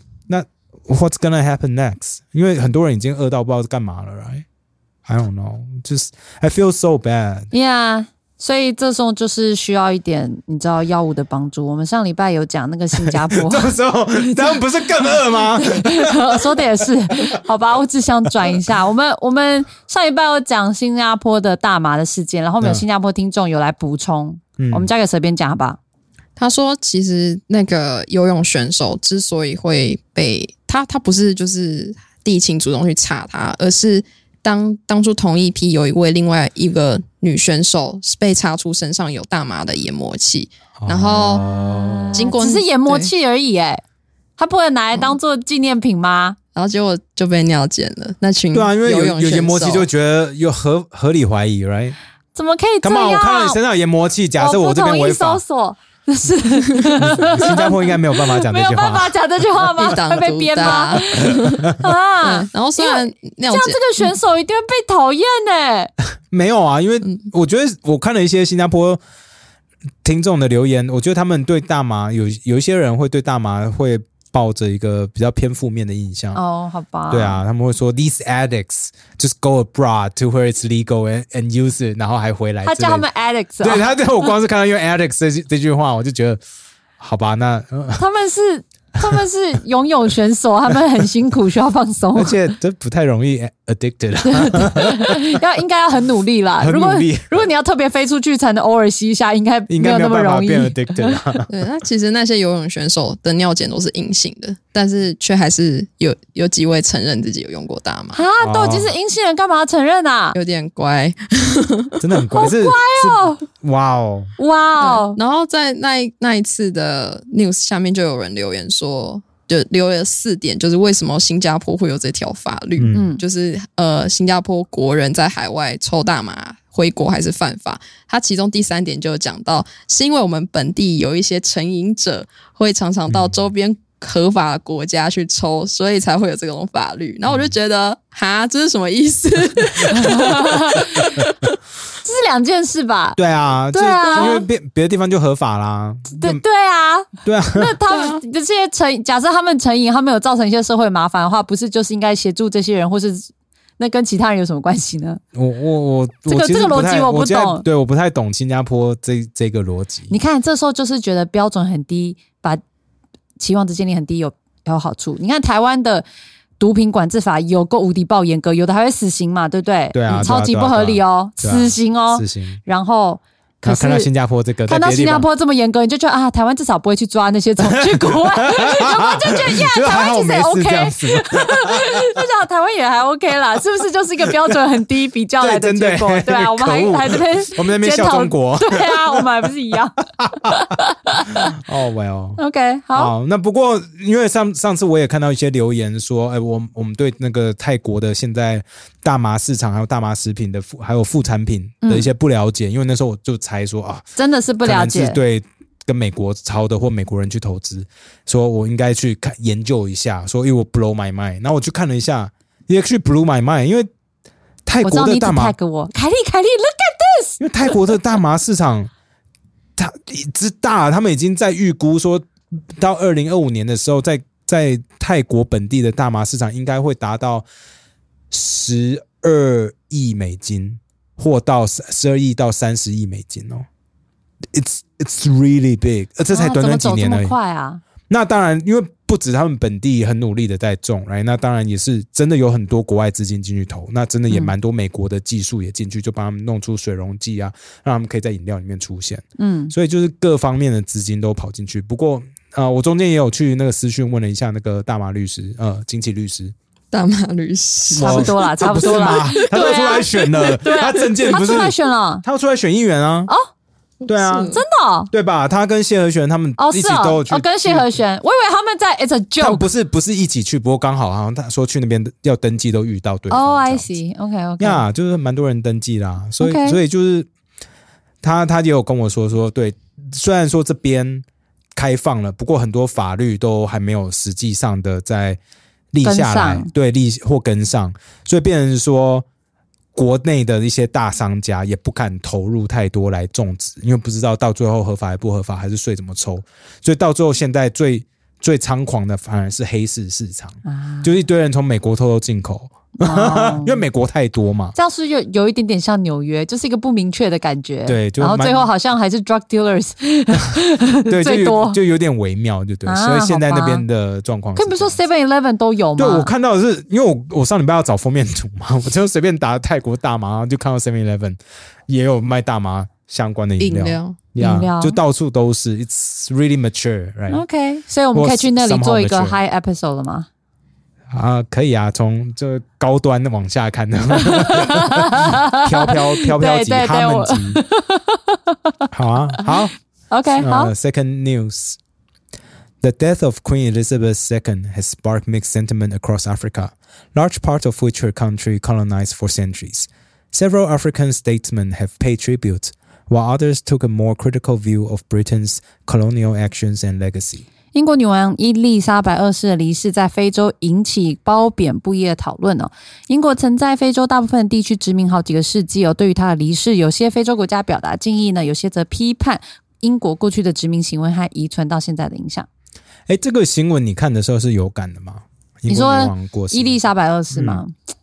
What's gonna happen next？因为很多人已经饿到不知道干嘛了，right? I don't know. Just I feel so bad.
Yeah，所以这时候就是需要一点你知道药物的帮助。我们上礼拜有讲那个新加 坡，
这时候咱们不是更饿吗？
说的也是， 好吧，我只想转一下。我们我们上一拜有讲新加坡的大麻的事件，然后我们有
嗯
新加坡听众有来补充，
嗯
我们交给随便讲好不好？
他说，其实那个游泳选手之所以会被他，他不是就是地勤主动去查他，而是当当初同一批有一位另外一个女选手是被查出身上有大麻的研磨器，然后
哦
嗯经过
只是研磨器而已、哎，他不能拿来当做纪念品吗？
然后结果就被尿检了。那
嗯
群
对啊，因为有
游
有
泳
研磨器
选手
就会觉得有合合理怀疑，right？
怎么可以这
Come
样？
on，我看到你身上有研磨器，假设
我不
这边
同意
违
搜
法，
索， 就是
新加坡应该没有办法讲
没
这
有
句
办
话。
法讲这句话 吗？
一 党
会被
独
编吗
大？。
啊，
然后虽然尿
这样
检
这个选手一定会被讨厌哎。
没有啊，因为
嗯
我觉得我看了一些新加坡听众的留言，我觉得他们对大麻有有一些人会对大麻会抱着一个比较偏负面的印
嗯
象。
哦，好吧，
对，啊，他们会说 these addicts just go abroad to where it's legal and and use it，然后还回来之
他
类的。
叫他们 Alex，
对
哦
他，对我光是看到因为 addicts 这句这句话，我就觉得好吧，那、呃
他们是他们是游泳选手，他们很辛苦，需要放松
而，且这不太容易 addicted，
要应该要很努力啦。
很
如果
努力
如果你要特别飞出去才能偶尔吸一下，应该
应
有
该没
那
有
么
办法
容易。
变 addicted 啊。
对，那其实那些游泳选手的尿检都是阴性的，但是却还是有有几位承认自己有用过大麻，
啊，
哦
都已经是阴性人，干嘛承认啊？
有点乖。
真的很乖，
好
是
乖哦
是哇哦，
哇哦，
然后在那一那一次的 news 下面就有人留言说，就留了四点，就是为什么新加坡会有这条法律，
嗯
嗯，
就是呃，新加坡国人在海外抽大麻。回国还是犯法？他其中第三点就有讲到，是因为我们本地有一些成瘾者会常常到周边合法的国家去抽，所以才会有这种法律。然后我就觉得，哈，这是什么意思？
这是两件事吧？
对啊，
对啊
这因为别别的地方就合法啦，
对
那
对啊，
对啊，
那他们这些成瘾，假设他们成瘾，他们有造成一些社会麻烦的话，不是就是应该协助这些人，或是那跟其他人有什么关系呢？
我我我
这个
我其实
这个
不太
逻辑我不
我现在
懂
对，我不太懂新加坡这这个逻辑。
你看，这时候就是觉得标准很低，把期望值建立很低有有好处。你看台湾的毒品管制法有够无敌爆严格，有的还会死刑嘛，对不对？
对啊
嗯超级不合理哦，
对啊对啊对啊
死刑哦
事。情，
然后可
然
是
后看到新加坡这个，
看到
在别的
新
地
加
方
坡这么严格，你就觉得啊，台湾至少不会去抓那些 走去国外，然后就觉得呀，
觉得还
台
好
湾其实
没
也
事
OK，
这样子，
就想台湾也还 OK 啦，是不是就是一个标准很低比较来的
对
结
真的
果？
欸
对 啊，我们
可恶
还还这边
我们在那边
检
笑
讨
中 国
对啊，我们还不是一样
哦喂哦。
？OK，好，
好，那不过因为上上次我也看到一些留言说，哎，我我们对那个泰国的现在大麻市场还有大麻食品的副还有副产品的一些不了解，因为那时候我就猜说啊，
真的是不
可
了
能是
解，
对跟美国抄的或美国人去投资，说我应该去看研究一下，说因为我 blow my mind，然后我去看了一下，也去 blow my mind，因为泰
我知
哎国
道
的
你只
大麻，
tag 我，凯莉，凯莉
因为泰国的大麻市场，它之大，他们已经在预估说到二零二五年的时候，在在泰国本地的大麻市场应该会达到十二亿美金，或到十二亿到三十亿美金哦。It's it's really big，呃，这才
，look，
短短几年
哦怎么走
而
这
已
么。快啊？
那当然，因为不止他们本地很努力的在种，来，那当然也是真的有很多国外资金进去投，那真的也
嗯
蛮多美国的技术也进去，就帮他们弄出水溶剂啊，让他们可以在饮料里面出现。
嗯，
所以就是各方面的资金都跑进去。不过，呃，我中间也有去那个私讯问了一下那个大麻律师，呃，经纪律师，哦
大麻律师，
差不多啦，差不多啦，啊
是吗，他都出来选了，他证件
他
不是
出来选哦了，
他要出来选议员啊？对啊，
真
真的哦
对吧？他跟谢和弦他们
哦，
一
是
起都有
哦
去，
哦，跟谢和弦，我以为他们在 It's a
他
joke。
们不是不是一起去，不过刚好好像他说去那边要登记都遇到对
哦
方。这
，I
样
see，OK OK，
呀就是蛮多人登记啦，所以
OK
所以就是他他也有跟我说说，对，虽然说这边开放了，不过很多法律都还没有实际上的在立下来
跟上，
对立或跟上，所以变成说。国内的一些大商家也不敢投入太多来种植，因为不知道到最后合法还不合法，还是税怎么抽，所以到最后现在最最猖狂的反而是黑市市场，
啊
就是一堆人从美国偷偷进口，
哦
因为美国太多嘛，
这样是不是有有一点点像纽约，就是一个不明确的感觉。
对就
然后
蛮
最后好像还是 drug dealers，
对，就
最
有
多
就有点微妙，就对。
啊
所以现在那边的状况，
更不是说啊 Seven Eleven 都有吗？
对我看到的是，因为我我上礼拜要找封面图嘛， 我就随便打泰国大麻，然后就看到 Seven Eleven 也有卖大麻相关的饮料，
饮料。
呀
饮料啊
就到处都是。It's really mature, right？
OK，所以我们可以去那里
Or
做一个
somehow
high episode 了吗？
啊，可以啊，从这高端往下 看的，飘飘飘飘级，
对对对
哈们
我
级， 好啊，好。
OK，好，
Uh, second news. The death of Queen Elizabeth II has sparked mixed sentiment across Africa, large parts of which her country colonized for centuries. Several African statesmen have paid tribute, while others took a more critical view of Britain's colonial actions and legacy.
英国女王伊丽莎白二世的离世在非洲引起褒贬不一的讨论哦。英国曾在非洲大部分地区殖民好几个世纪哦。对于她的离世，有些非洲国家表达敬意呢，有些则批判英国过去的殖民行为和遗传到现在的影响。
哎，Eh, 这个新闻你看的时候是有感的吗？
你说
英国女王过世
伊丽莎白二世吗？哎
嗯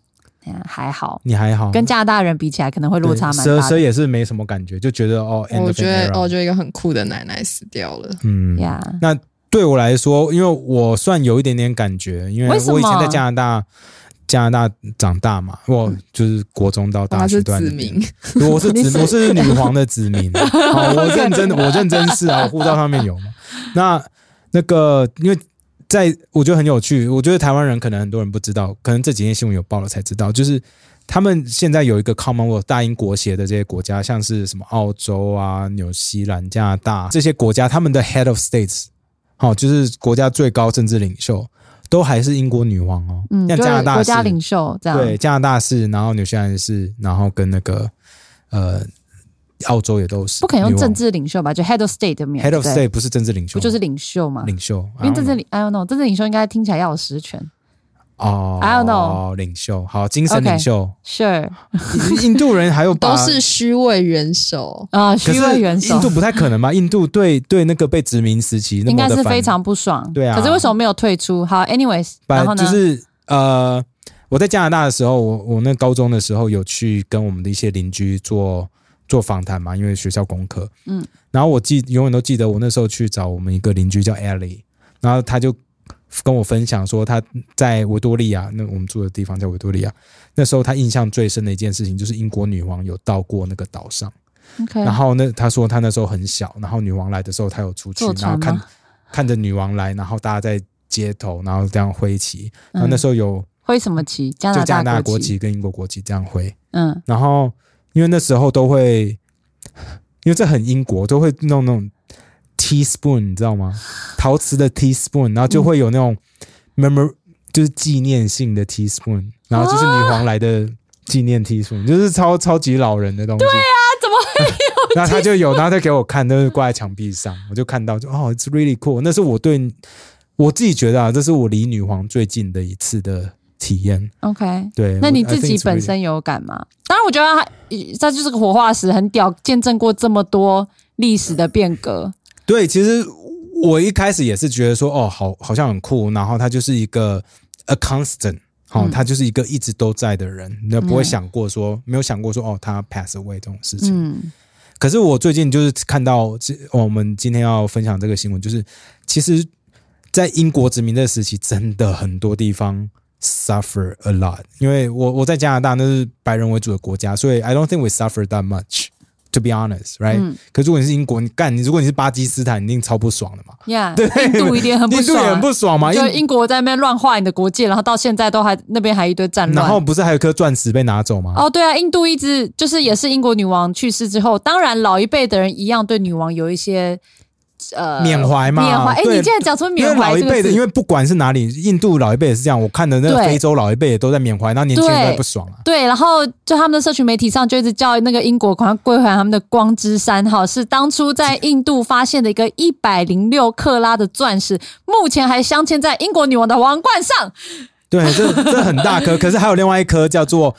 呀还好，
你还好，
跟加拿大人比起来，可能会落差蛮
蛇
大
蛇
的。
也是没什么感觉，就觉得哦，end
我
of
觉
an
得
era
我觉得一个很酷的奶奶死掉了，
嗯
呀，
那对我来说，因为我算有一点点感觉，因
为
为
什么
我以前在加拿大。加拿大长大嘛，我就是国中到大
哦她
学
是
都在
子
那边
民，
我 是
你
子，
是
我是女皇的 子民。好，我认真，我认真是啊，我护照上面有嘛。那那个，因为在我觉得很有趣，我觉得台湾人可能很多人不知道，可能这几天新闻有报了才知道，就是他们现在有一个 Commonwealth 大英国协的这些国家，像是什么澳洲啊、纽西兰、加拿大这些国家，他们的 Head of States，好、就是国家最高政治领袖，都还是英国女王哦。
嗯，
像
就是
加拿大
国家
是
领袖这样，
对，加拿大是，然后纽西兰是，然后跟那个呃澳洲也都是。
不可能用政
女
治领袖吧？就 head of state 的名
王
字
head of
对
state 不是政治领袖
不
吗，
就是领袖吗？
领袖，啊
因为政治
I don't
领，I don't know，政治领袖应该听起来要有实权。
know 哦
I don't know
领袖好，精神领
OK
袖。
Sure，
印度人还有把
都是虚位元首。
啊，
可
虚位
是
元首
印度不太可能吧？印度对对那个被殖民时期那
应
么
该
的
是
反
非常不爽。
对啊
可是为什么没有退出？好，anyways，
反
然后呢？
就是呃，我在加拿大的时候，我我那高中的时候有去跟我们的一些邻居做做访谈嘛，因为学校功课，
嗯
嗯，然后我记永远都记得我那时候去找我们一个邻居叫 Ellie，然后他就跟我分享说他在维多利亚，那我们住的地方在维多利亚，那时候他印象最深的一件事情就是英国女王有到过那个岛上。
OK，
然后呢，他说他那时候很小，然后女王来的时候，他有出去
坐，船
然后看
吗
看着女王来，然后大家在街头，然后这样挥旗。然后
嗯
啊那时候有
挥什么旗？加
就
拿
加拿大
大
国
旗。
旗跟英国国旗这样挥。
嗯，
然后因为那时候都会，因为这很英国，都会弄那种 teaspoon，你知道吗？陶瓷的 teaspoon，然后就会有那种 memor，、就是纪念性的 teaspoon，然后就是女皇来的纪念 teaspoon，、就是超超级老人的东西。对啊，
怎么
会 有？然后他就有，然后他给我看，都是挂在墙壁上，我就看到就哦，it's really cool。那是我对我自己觉得啊，这是我离女皇最近的一次的体验。
OK。
对，
那
我
你
I
自
think
己
it's
本
really-
身有感吗？当然，我觉得他他就是个活化石，很屌，见证过这么多历史的变 革。
对，其实我一开始也是觉得说，哦，好，好像很酷，然后他就是一个 a constant，好、
嗯
他就是一个一直都在的人，那不会
嗯
想过说，没有想过说，哦，他 pass away 这种事情。
嗯
可是我最近就是看到，这我们今天要分享这个新闻，就是其实，在英国殖民的时期，真的很多地方 suffer a lot。因为我我在加拿大那是白人为主的国家，所以 I don't think we suffer that much。To be honest, right？、
嗯
可是如果你是英国，你干你，如果你是巴基斯坦，你一定超不爽的嘛。
，Yeah，印度一定很不
印度
爽
也
啊，
很不爽嘛，
就
印
英国在那边乱画你的国界，然后到现在都还那边还一堆战乱。
然后不是还有一颗钻石被拿走吗？
哦，对啊，印度一直就是也是英国女王去世之后，当然老一辈的人一样对女王有一些呃
缅怀嘛
缅怀。哎，
对
你竟然讲出
因
缅
为
怀
老一
这个
辈的，
字
因为不管是哪里，印度老一辈也是这样。我看的那个
对
非洲老一辈也都在缅怀，然后年轻人都在
对
不爽啊。
对，然后就他们的社群媒体上就一直叫那个英国款归还他们的光之山号，是当初在印度发现的一个一百零六克拉的钻石，目前还镶嵌在英国女王的王冠上。
对，这这很 大颗，可是还有另外一颗叫做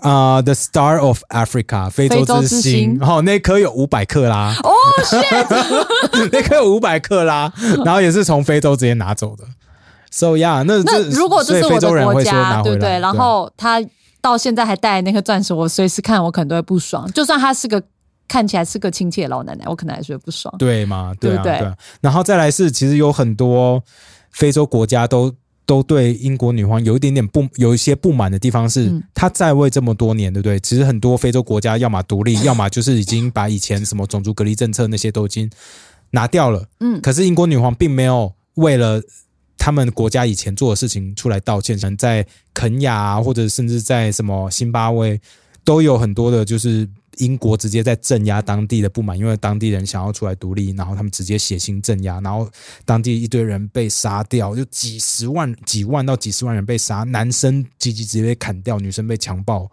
啊、呃 The Star of Africa 非洲
非洲
之
之
星
星，
然后、那颗有五百克拉，
哦、
那颗有五百克拉，然后也是从非洲直接拿走的。So yeah，那
那
这
如果这
所以
是
非
我的
洲人
国
会说
家，
拿
对
回
不
来
对？然后他到现在还带那颗钻石，我随时看我可能都会不爽。就算他是个看起来是个亲切的老奶奶，我可能还是会不爽。
对嘛，
对
对啊，
不对
啊。然后再来是，其实有很多非洲国家都都对英国女皇有一点点不有一些不满的地方是，
嗯
她在位这么多年，对不对？其实很多非洲国家要么 独立，要么就是已经把以前什么种族隔离政策那些都已经拿掉了。
嗯
可是英国女皇并没有为了。他们国家以前做的事情出来道歉，可能在肯雅啊，或者甚至在什么津巴威，都有很多的，就是英国直接在镇压当地的不满，因为当地人想要出来独立，然后他们直接血腥镇压，然后当地一堆人被杀掉，就几十万、几万到几十万人被杀，男生积极直接被砍掉，女生被强暴，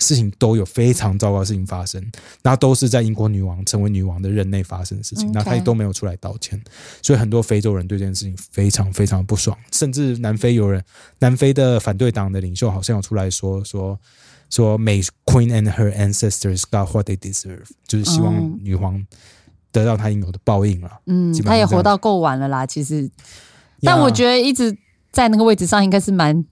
事情都有非常糟糕的事情发生，然后都是在英国女王成为女王的任内发生的事情，
OK
那她也都没有出来道歉，所以很多非洲人对这件事情非常非常不爽，甚至南非有人，南非的反对党的领袖好像有出来说说。说 May Queen and her ancestors got what they deserve，就是希望
嗯
女皇得到他应有的报应了。
嗯
基，本上
他也
是这
活
样
到够晚了啦，其实。但我
得，
觉得一直在那个位置上，应该是蛮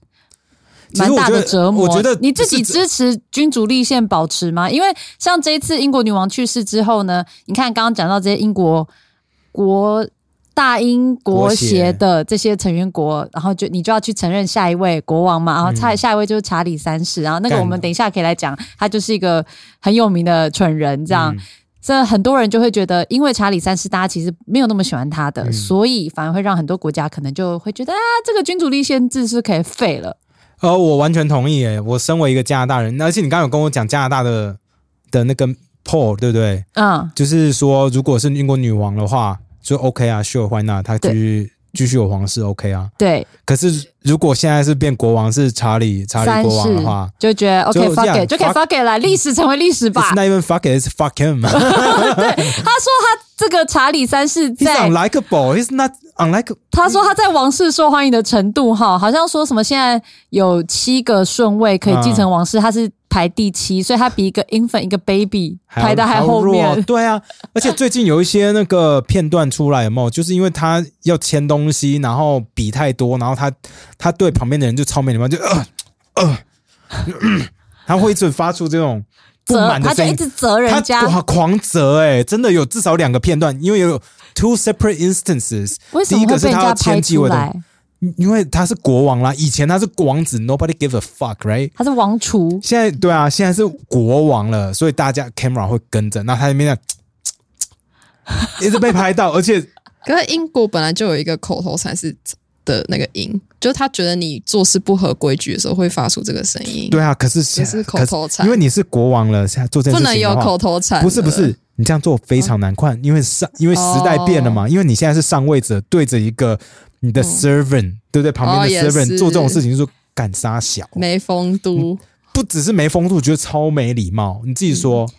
其实
蛮
我
大
觉
的
得
折磨。
我觉得
你自己
不是
支持君主立宪保持吗？因为像这一次英国女王去世之后呢，你看刚刚讲到这些英国国大英国协的这些成员国，然后就你就要去承认下一位国王嘛，然后下下一位就是查理三世，然后那个
嗯干
我们等一下可以来讲，他就是一个很有名的蠢人这样。
嗯
这很多人就会觉得，因为查理三世，大家其实没有那么喜欢他的，
嗯
所以反而会让很多国家可能就会觉得啊，这个君主立宪制是可以废了。
呃，我完全同意诶。我身为一个加拿大人，而且你刚刚有跟我讲加拿大的的那个 poll，对不对？
嗯，
就是说，如果是英国女王的话，就 OK 啊，sure why not？她继续继续有皇室 OK 啊。
对，
可是如果现在是变国王是查理查
三
理国王
世
的话
就觉得 OK
就这
fuck
样
it，就可以 fuck
fuck-
it 了，历史成为历史吧
，It's。not even fuck it, it's fuck him.
他说他这个查理三世
He's
在
unlikable. He's not unlikable.
他说他在王室受欢迎的程度哈，好像说什么现在有七个顺位可以继承王室，他是排第七，所以他比一个 infant 一个 baby
嗯要
排的还后
要弱
面。
对啊，而且最近有一些那个片段出来，有没有？就是因为他要签东西，然后笔太多，然后他他对旁边的人就超没礼貌，就呃呃，嗯他会一直发出这种不
责
满的
他就
声
一
音，
直责人家，
哇狂责哎、真的有至少两个片段，因为有 two separate instances，
为什么
第一
会
个
被
是
人
他
家
要
拍
签继
出
位的
来？
因为他是国王啦，以前他是王子，nobody give a fuck，right？
他是王厨，
现在对啊，现在是国王了，所以大家 camera 会跟着，那他那边这样嘖嘖嘖嘖一直被拍到，而且
可是英国本来就有一个口头禅是的那个音，就是他觉得你做事不合规矩的时候会发出这个声音。
对啊，可是
这是口头
可是
禅
因为你是国王了，现在做这件
不
事
能
情
有
的话
口头禅。嗯
不是不是，，你这样做非常难看，因为上因为时代变了
哦
嘛，因为你现在是上位者，对着一个你的 servant，、对不对？旁
嗯哦
边
也
的
是
servant、做这种事情就是敢杀小，
没风度。
不只是没风度，觉得超没礼貌。你自己说，
嗯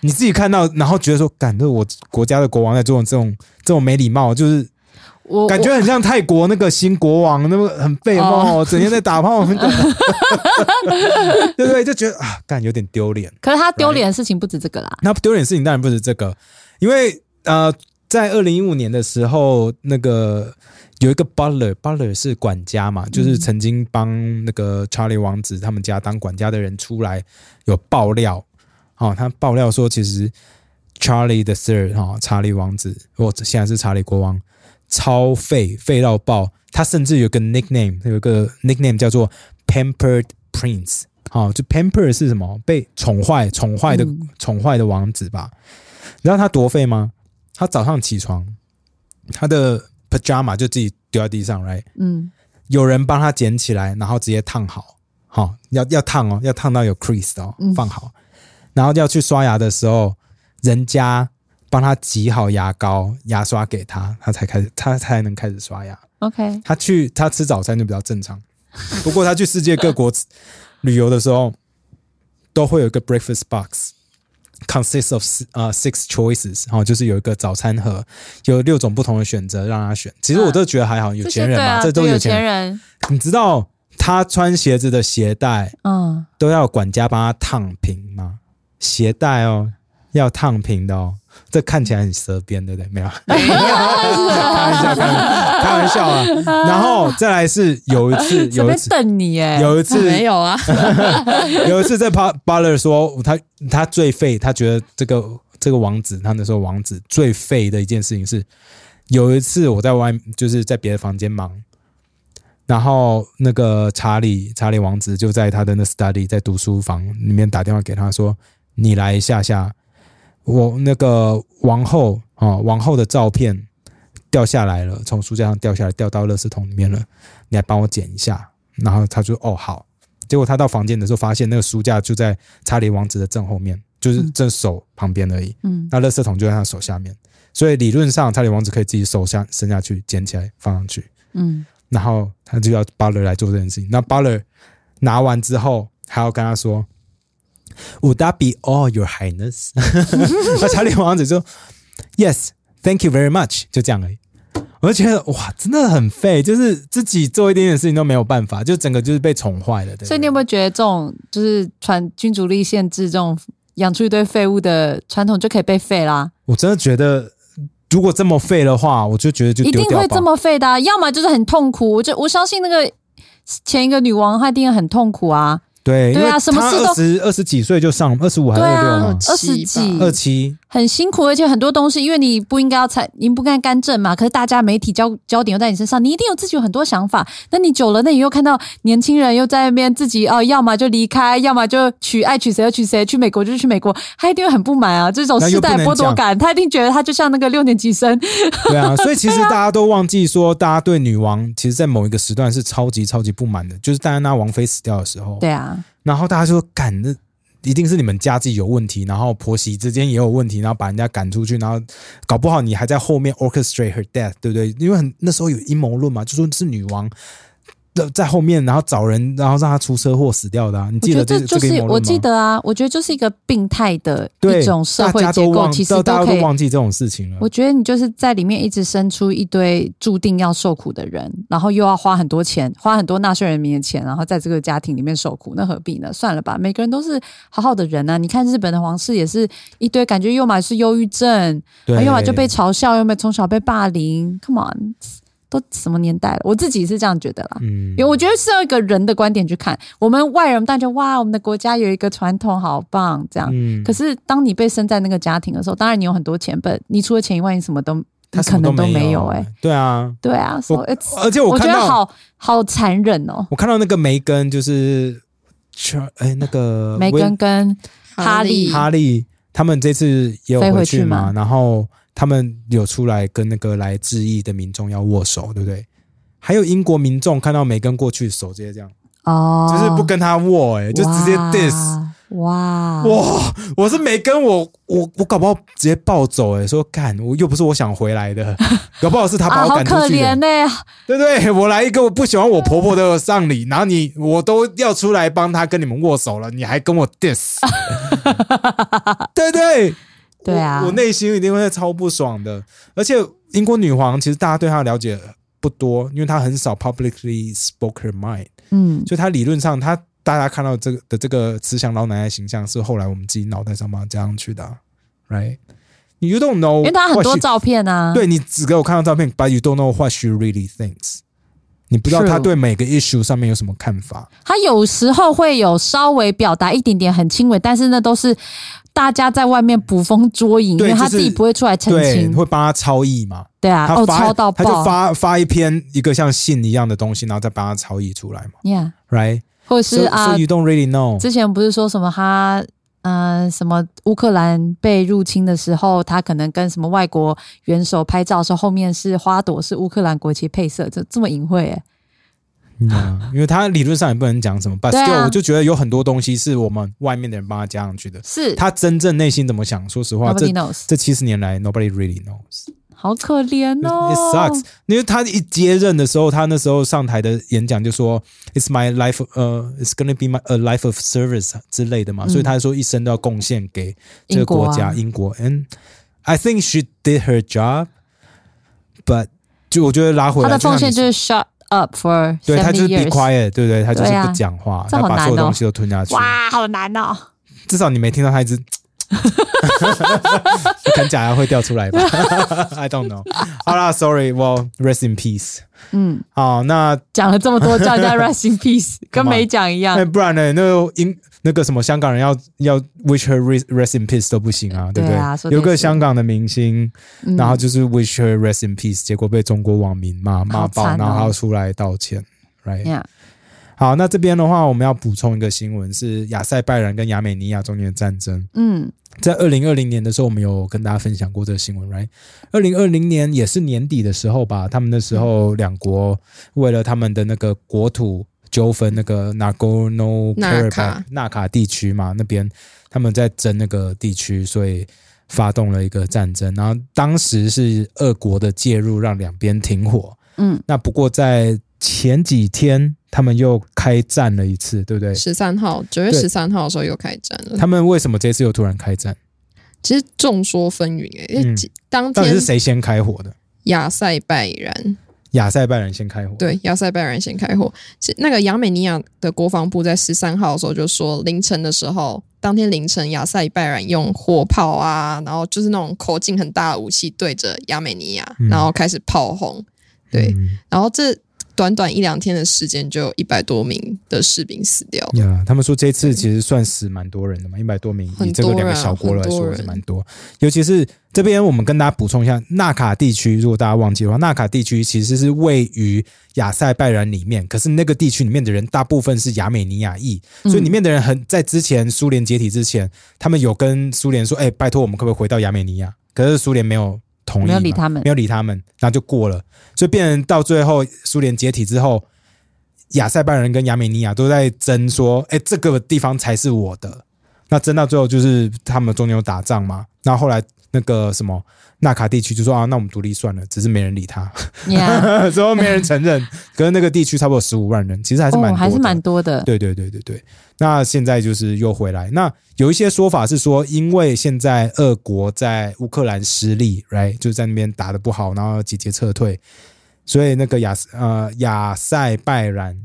你自己看到，然后觉得说，感这我国家的国王在做这种这种没礼貌，就是
我
感觉很像泰国那个新国王，那么很废帽，整天在打炮， 很对不对？就觉得啊，干有点丢脸。
可是他丢脸的事情不止这个啦，
那丢脸的事情当然不是这个，因为呃，在二零一五年的时候，那个有一个 butler，butler 是管家嘛，就是曾经帮那个查理王子他们家当管家的人出来有爆料，哦，他爆料说其实 Charlie the Third 哈、哦，查理王子，我现在是查理国王，超废废到爆，他甚至有个 nickname，有一个 nickname 叫做 Pampered Prince。哦，就 pamper 是什么？被宠坏、宠坏的
嗯
宠坏的王子吧。你知道他多废吗？他早上起床，他的 pajama 就自己丢在地上来，
嗯，
有人帮他捡起来，然后直接烫好，好、要要烫哦，要烫到有 crease 的哦，
嗯
放好，然后要去刷牙的时候，人家帮他挤好牙膏、牙刷给他，他才开始，他才能开始刷牙。
OK，
他去他吃早餐就比较正常，不过他去世界各国旅游的时候，都会有一个 breakfast box。consists of 呃、six choices，然、后就是有一个早餐盒，有六种不同的选择让他选。其实我都觉得还好，有
这些
钱
对
人嘛，
啊，
这都
对有
钱人。
人，
你知道他穿鞋子的鞋带
嗯，
都要管家帮他烫平吗？鞋带哦，要烫平的哦。这看起来很舌边，对不对？没有， 开玩笑，开玩笑开玩笑啊。然后再来是有一 次，
这
有一
边
次，
瞪你哎，
有一次，
没有啊，
有一次在巴巴勒说他他最废，他觉得这个这个王子，他那时候王子最废的一件事情是，有一次我在外就是在别的房间忙，然后那个查理查理王子就在他的那 study 在读书房里面打电话给他说，你来一下下，我那个王后啊、哦王后的照片掉下来了，从书架上掉下来，掉到垃圾桶里面了，你来帮我捡一下。然后他就哦好，结果他到房间的时候，发现那个书架就在查理王子的正后面，就是正手旁边而已。
嗯，
那垃圾桶就在他手下面，所以理论上查理王子可以自己手下伸下去捡起来放上去。
嗯
然后他就要 Butler 来做这件事情。那 Butler 拿完之后，还要跟他说，Would that be all, Your Highness？那查理王子就 Yes, thank you very much，就这样而已。我就觉得哇，真的很废，就是自己做一点点事情都没有办法，就整个就是被宠坏了。对不对
所以你有没有觉得这种就是传君主立宪制这种养出一堆废物的传统就可以被废啦？
我真的觉得如果这么废的话，我就觉得就
一
丢
定
掉
会
吧
这。么废的、啊，要么就是很痛苦。我就我相信那个前一个女王，她一定很痛苦啊。
对，因
对啊
为
什么
他
事
二
都
十二十几岁就上，二十五还是
对
二六
啊
嘛，，
二十几
嗯
二七
很辛苦，而且很多东西，因为你不应该要采，你不应该干政嘛。可是大家媒体焦焦点又在你身上，你一定有自己有很多想法。那你久了，那你又看到年轻人又在那边自己哦、要么就离开，要么就娶爱娶谁就娶谁，去美国就是去美国，他一定会很不满啊。这种
那
世
又不
代
能
剥夺
讲
感，他一定觉得他就像那个六年级生，
对啊，所以其实大家都忘记说，大家对女王其实，在某一个时段是超级超级不满的，就是戴安娜王妃死掉的时候。
对啊，
然后大家就说：“赶那一定是你们家自己有问题，然后婆媳之间也有问题，然后把人家赶出去，然后搞不好你还在后面 orchestrate her death，对不对？因为很那时候有阴谋论嘛，就说是女王在在后面，然后找人，然后让她出车祸死掉的、啊。你
我
记
觉
得
得
这
这就
个阴
是
谋论吗？
我记得啊，我觉得就是一个病态的
对
一种社会
大家
结
都
构，
忘，
其实
大家
可
都
以
忘记这种事情了
我。觉得你就是在里面一直生出一堆注定要受苦的人，然后又要花很多钱，花很多纳税人民的钱，然后在这个家庭里面受苦，那何必呢？算了吧，每个人都是好好的人啊。你看日本的皇室也是一堆，感觉要么是忧郁症，
对，
要么哎啊就被嘲笑，要么从小被霸凌。Come on，都什么年代了？我自己是这样觉得啦。
嗯
因为我觉得是要一个人的观点去看，我们外人当然觉得哇，我们的国家有一个传统好棒，这样。
嗯
可是当你被生在那个家庭的时候，当然你有很多钱，本你除了钱以外，你什么都
他
你
什
可
么
能都
没
有哎、
对啊，
对啊，所以
而且我
我觉
看
得
到
好好残忍哦。
我看到那个梅根就是，Char- 哎，那个
梅
威
根跟哈利
哈利他们这次也有
飞回
回
去
去
吗
嘛，然后他们有出来跟那个来致意的民众要握手，对不对？还有英国民众看到梅根过去，手直接这样，
哦，
就是不跟他握、哎，就直接
哇
diss。
哇
哇！我是梅根，我我我搞不好直接暴走哎、说干，我又不是我想回 来的，搞不好是他把
啊，
我
好
赶
可
出去的，
怜呢、
对不对？我来一个我不喜欢我婆婆的丧礼，然后你我都要出来帮她跟你们握手了，你还跟我 diss，对不对？
对啊
我我内心一定会超不爽的。而且英国女皇其实大家对她的了解不多，因为她很少 publicly spoke her mind，
嗯，
就她理论上她大家看到这个的这个慈祥老奶奶形象是后来我们自己脑袋上把它加上去的、啊、，right？You don't know，
因为他很
what
多
she-
照片啊，
对你只给我看到照片，but you don't know what she really thinks。你不知道
True
她对每个 issue 上面有什么看法。
他有时候会有稍微表达一点点很轻微，但是那都是大家在外面捕风捉影，因
对
为他
就是
自己不会出来澄
对，
清
你。会帮她超译嘛？
对啊，
她
哦，
发，
超到
她就
爆
发发一篇一个像信一样的东西，然后再帮她超译出来嘛
，Yeah，
，right？
或者是
So-
啊
so，you don't really know。
之前不是说什么他呃什么乌克兰被入侵的时候，他可能跟什么外国元首拍照的时候，后面是花朵是乌克兰国旗配色，这这么隐晦哎、
嗯因为她理论上也不能讲什么，but
对啊
still，我就觉得有很多东西是我们外面的人帮她加上去的。
是
她真正内心怎么想，说实话，这
nobody knows，
这七十年来，nobody really knows。
好可怜
It
哦
it sucks，因为他一接任的时候，他那时候上台的演讲就说，It's my life，呃、i t s gonna be my a life of service 之类的嘛，
嗯
所以他说一生都要贡献给这个国家
啊
英国,、And I think she did her job，but 就我觉得拉回
他的
来，
奉献
就
就
像
是 shut up for
你对他就
seventy
是 be
years。
quiet，对不对？他就是
对啊
不讲话，
这
他
好
把所有
难哦
东西都吞下去。
哇，好难哦！
至少你没听到他一直 可能假牙会掉出来吧？I don't know。好啦，Sorry，well rest in peace。
嗯，
好，那
讲了这么多，叫 人家 rest in peace，跟
Come on
没讲一
哎，
样。
不然呢？那个英那个什么香港人要要 wish her rest rest in peace 都不行啊，对不
对啊说得
有个
也是嗯
香港的明星，然后就是 wish her rest in peace，结果被中国网民骂骂
好
爆，
惨哦
然后他要出来道歉。Right，、
Yeah，
好，那这边的话，我们要补充一个新闻，是亚塞拜然跟亚美尼亚中间的战争。
嗯，
在二零二零年的时候，我们有跟大家分享过这个新闻，right？二零二零年也是年底的时候吧，他们那时候两国为了他们的那个国土纠纷，那个 Nagorno
纳卡
Karabakh 纳卡地区嘛，那边他们在争那个地区，所以发动了一个战争。然后当时是俄国的介入，让两边停火。
嗯，
那不过在前几天，他们又开战了一次，对不对？
十三号，九月
对
十三号的时候又开战了。
他们为什么这次又突然开战？
其实众说纷纭诶、因为欸
嗯
几当
到底
天
是谁先开火的？
亚塞拜然
亚塞拜然先开火。，
对，亚塞拜然先开火。其那个亚美尼亚的国防部在十三号的时候就说，凌晨的时候，当天凌晨，亚塞拜然用火炮啊，然后就是那种口径很大的武器对着亚美尼亚，
嗯
然后开始炮轰。对，
嗯
然后这短短一两天的时间，就有一百多名的士兵死掉。
呀，他们说这次其实算死蛮多人的嘛，一百多名，
很
以这个
多
两个
人啊
小国
很
来
多
说
人
是蛮多。尤其是这边，我们跟大家补充一下，纳卡地区，如果大家忘记的话，纳卡地区其实是位于亚塞拜然里面，可是那个地区里面的人大部分是亚美尼亚裔，
嗯
嗯
所以里面的人很在之前苏联解体之前，他们有跟苏联说：“哎、拜托，我们可不可以回到亚美尼亚？”可是苏联没有同意嘛，
没有理他们
没有理他们，然后就过了。所以变成到最后，苏联解体之后，亚塞拜然跟亚美尼亚都在争说：“哎、这个地方才是我的。”那争到最后，就是他们中间有打仗嘛。那后来那个什么纳卡地区就说：“啊，那我们独立算了。”只是没人理他，
呀，
最后没人承认。可是那个地区差不多十五万人，其实 还是蛮、
哦，
多
还是
的
蛮多的。
对对对对对。那现在就是又回来。那有一些说法是说，因为现在俄国在乌克兰失利，right，就在那边打的不好，然后节节撤退，所以那个亚斯呃亚塞拜然。
嗯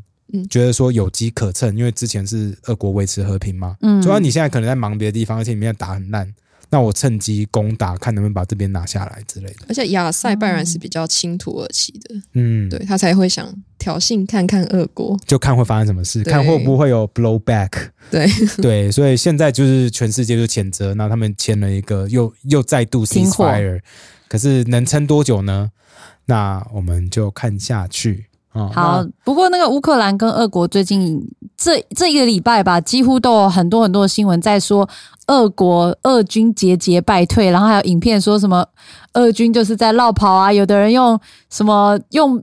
觉得说有机可乘，因为之前是俄国维持和平嘛，
嗯
主要你现在可能在忙别的地方，而且你们在打很烂，那我趁机攻打，看能不能把这边拿下来之类的。
而且亚塞拜
哦
然是比较亲土耳其的，
嗯，
对，他才会想挑衅看看俄国。
就看会发生什么事，
对
看会不会有 blowback。
对
对，所以现在就是全世界就谴责，那他们签了一个又又再度
停火
ceasefire，可是能撑多久呢？那我们就看下去啊。
好，不过那个乌克兰跟俄国最近这这一个礼拜吧，几乎都有很多很多的新闻在说，俄国俄军节节败退，然后还有影片说什么俄军就是在绕跑啊，有的人用什么用。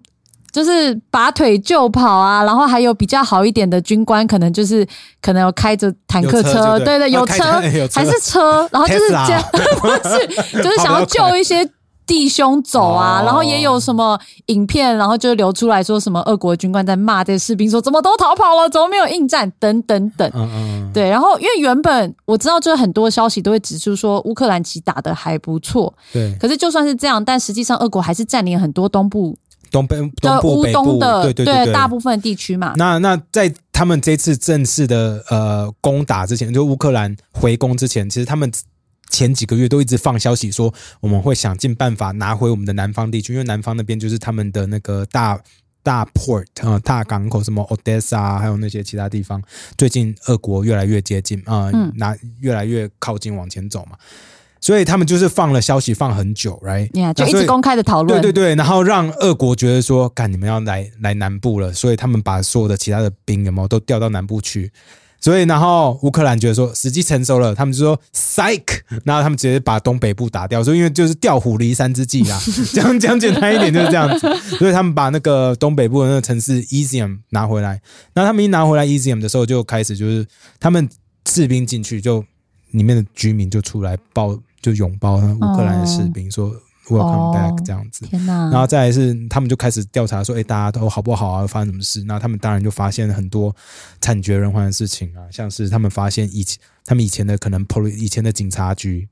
就是拔腿就跑啊，然后还有比较好一点的军官，可能就是可能有开着坦克
有车就
对
对
对，
哦
有
开
车
有车
还是车，然后就是这
Tesla 嗯
样，不 是，就是想要救一些弟兄走啊，
哦
然后也有什么影片，然后就流出来说什么俄国军官在骂这些士兵说怎么都逃跑了，怎么没有应战等等等。
嗯嗯，嗯，
对，然后因为原本我知道，就是很多消息都会指出说乌克兰其实打的还不错，
对，
可是就算是这样，但实际上俄国还是占领很多东部
东北、东
的
部、
乌
北部
东，的
对对对，
大部分地区嘛。
那那在他们这次正式的呃攻打之前，就乌克兰回攻之前，其实他们前几个月都一直放消息说，我们会想尽办法拿回我们的南方地区，因为南方那边就是他们的那个大。大 port 呃大港口什么 Odessa，还有啊那些其他地方，最近俄国越来越接近啊、呃
嗯
拿越来越靠近往前走嘛，所以他们就是放了消息放很久，right？
你看，就
那
一
所以
直公开的讨论，
对对对，然后让俄国觉得说，干你们要来来南部了，所以他们把所有的其他的兵有没有都调到南部去。所以，然后乌克兰觉得说时机成熟了，他们就说 “psych”，然后他们直接把东北部打掉，说因为就是调虎离山之计啦，讲讲简单一点就是这样子。所以他们把那个东北部的那个城市 Ezium 拿回来，那他们一拿回来 Ezium 的时候，就开始就是他们士兵进去就，里面的居民就出来抱就拥抱那乌克兰的士兵，说 “Welcome back”、
哦
这样子。
天哪！
然后再来是他们就开始调查说，哎，大家都好不好啊？发生什么事？那他们当然就发现很多惨绝人寰的事情啊，像是他们发现以前他们以前的可能 poli 以前的警察局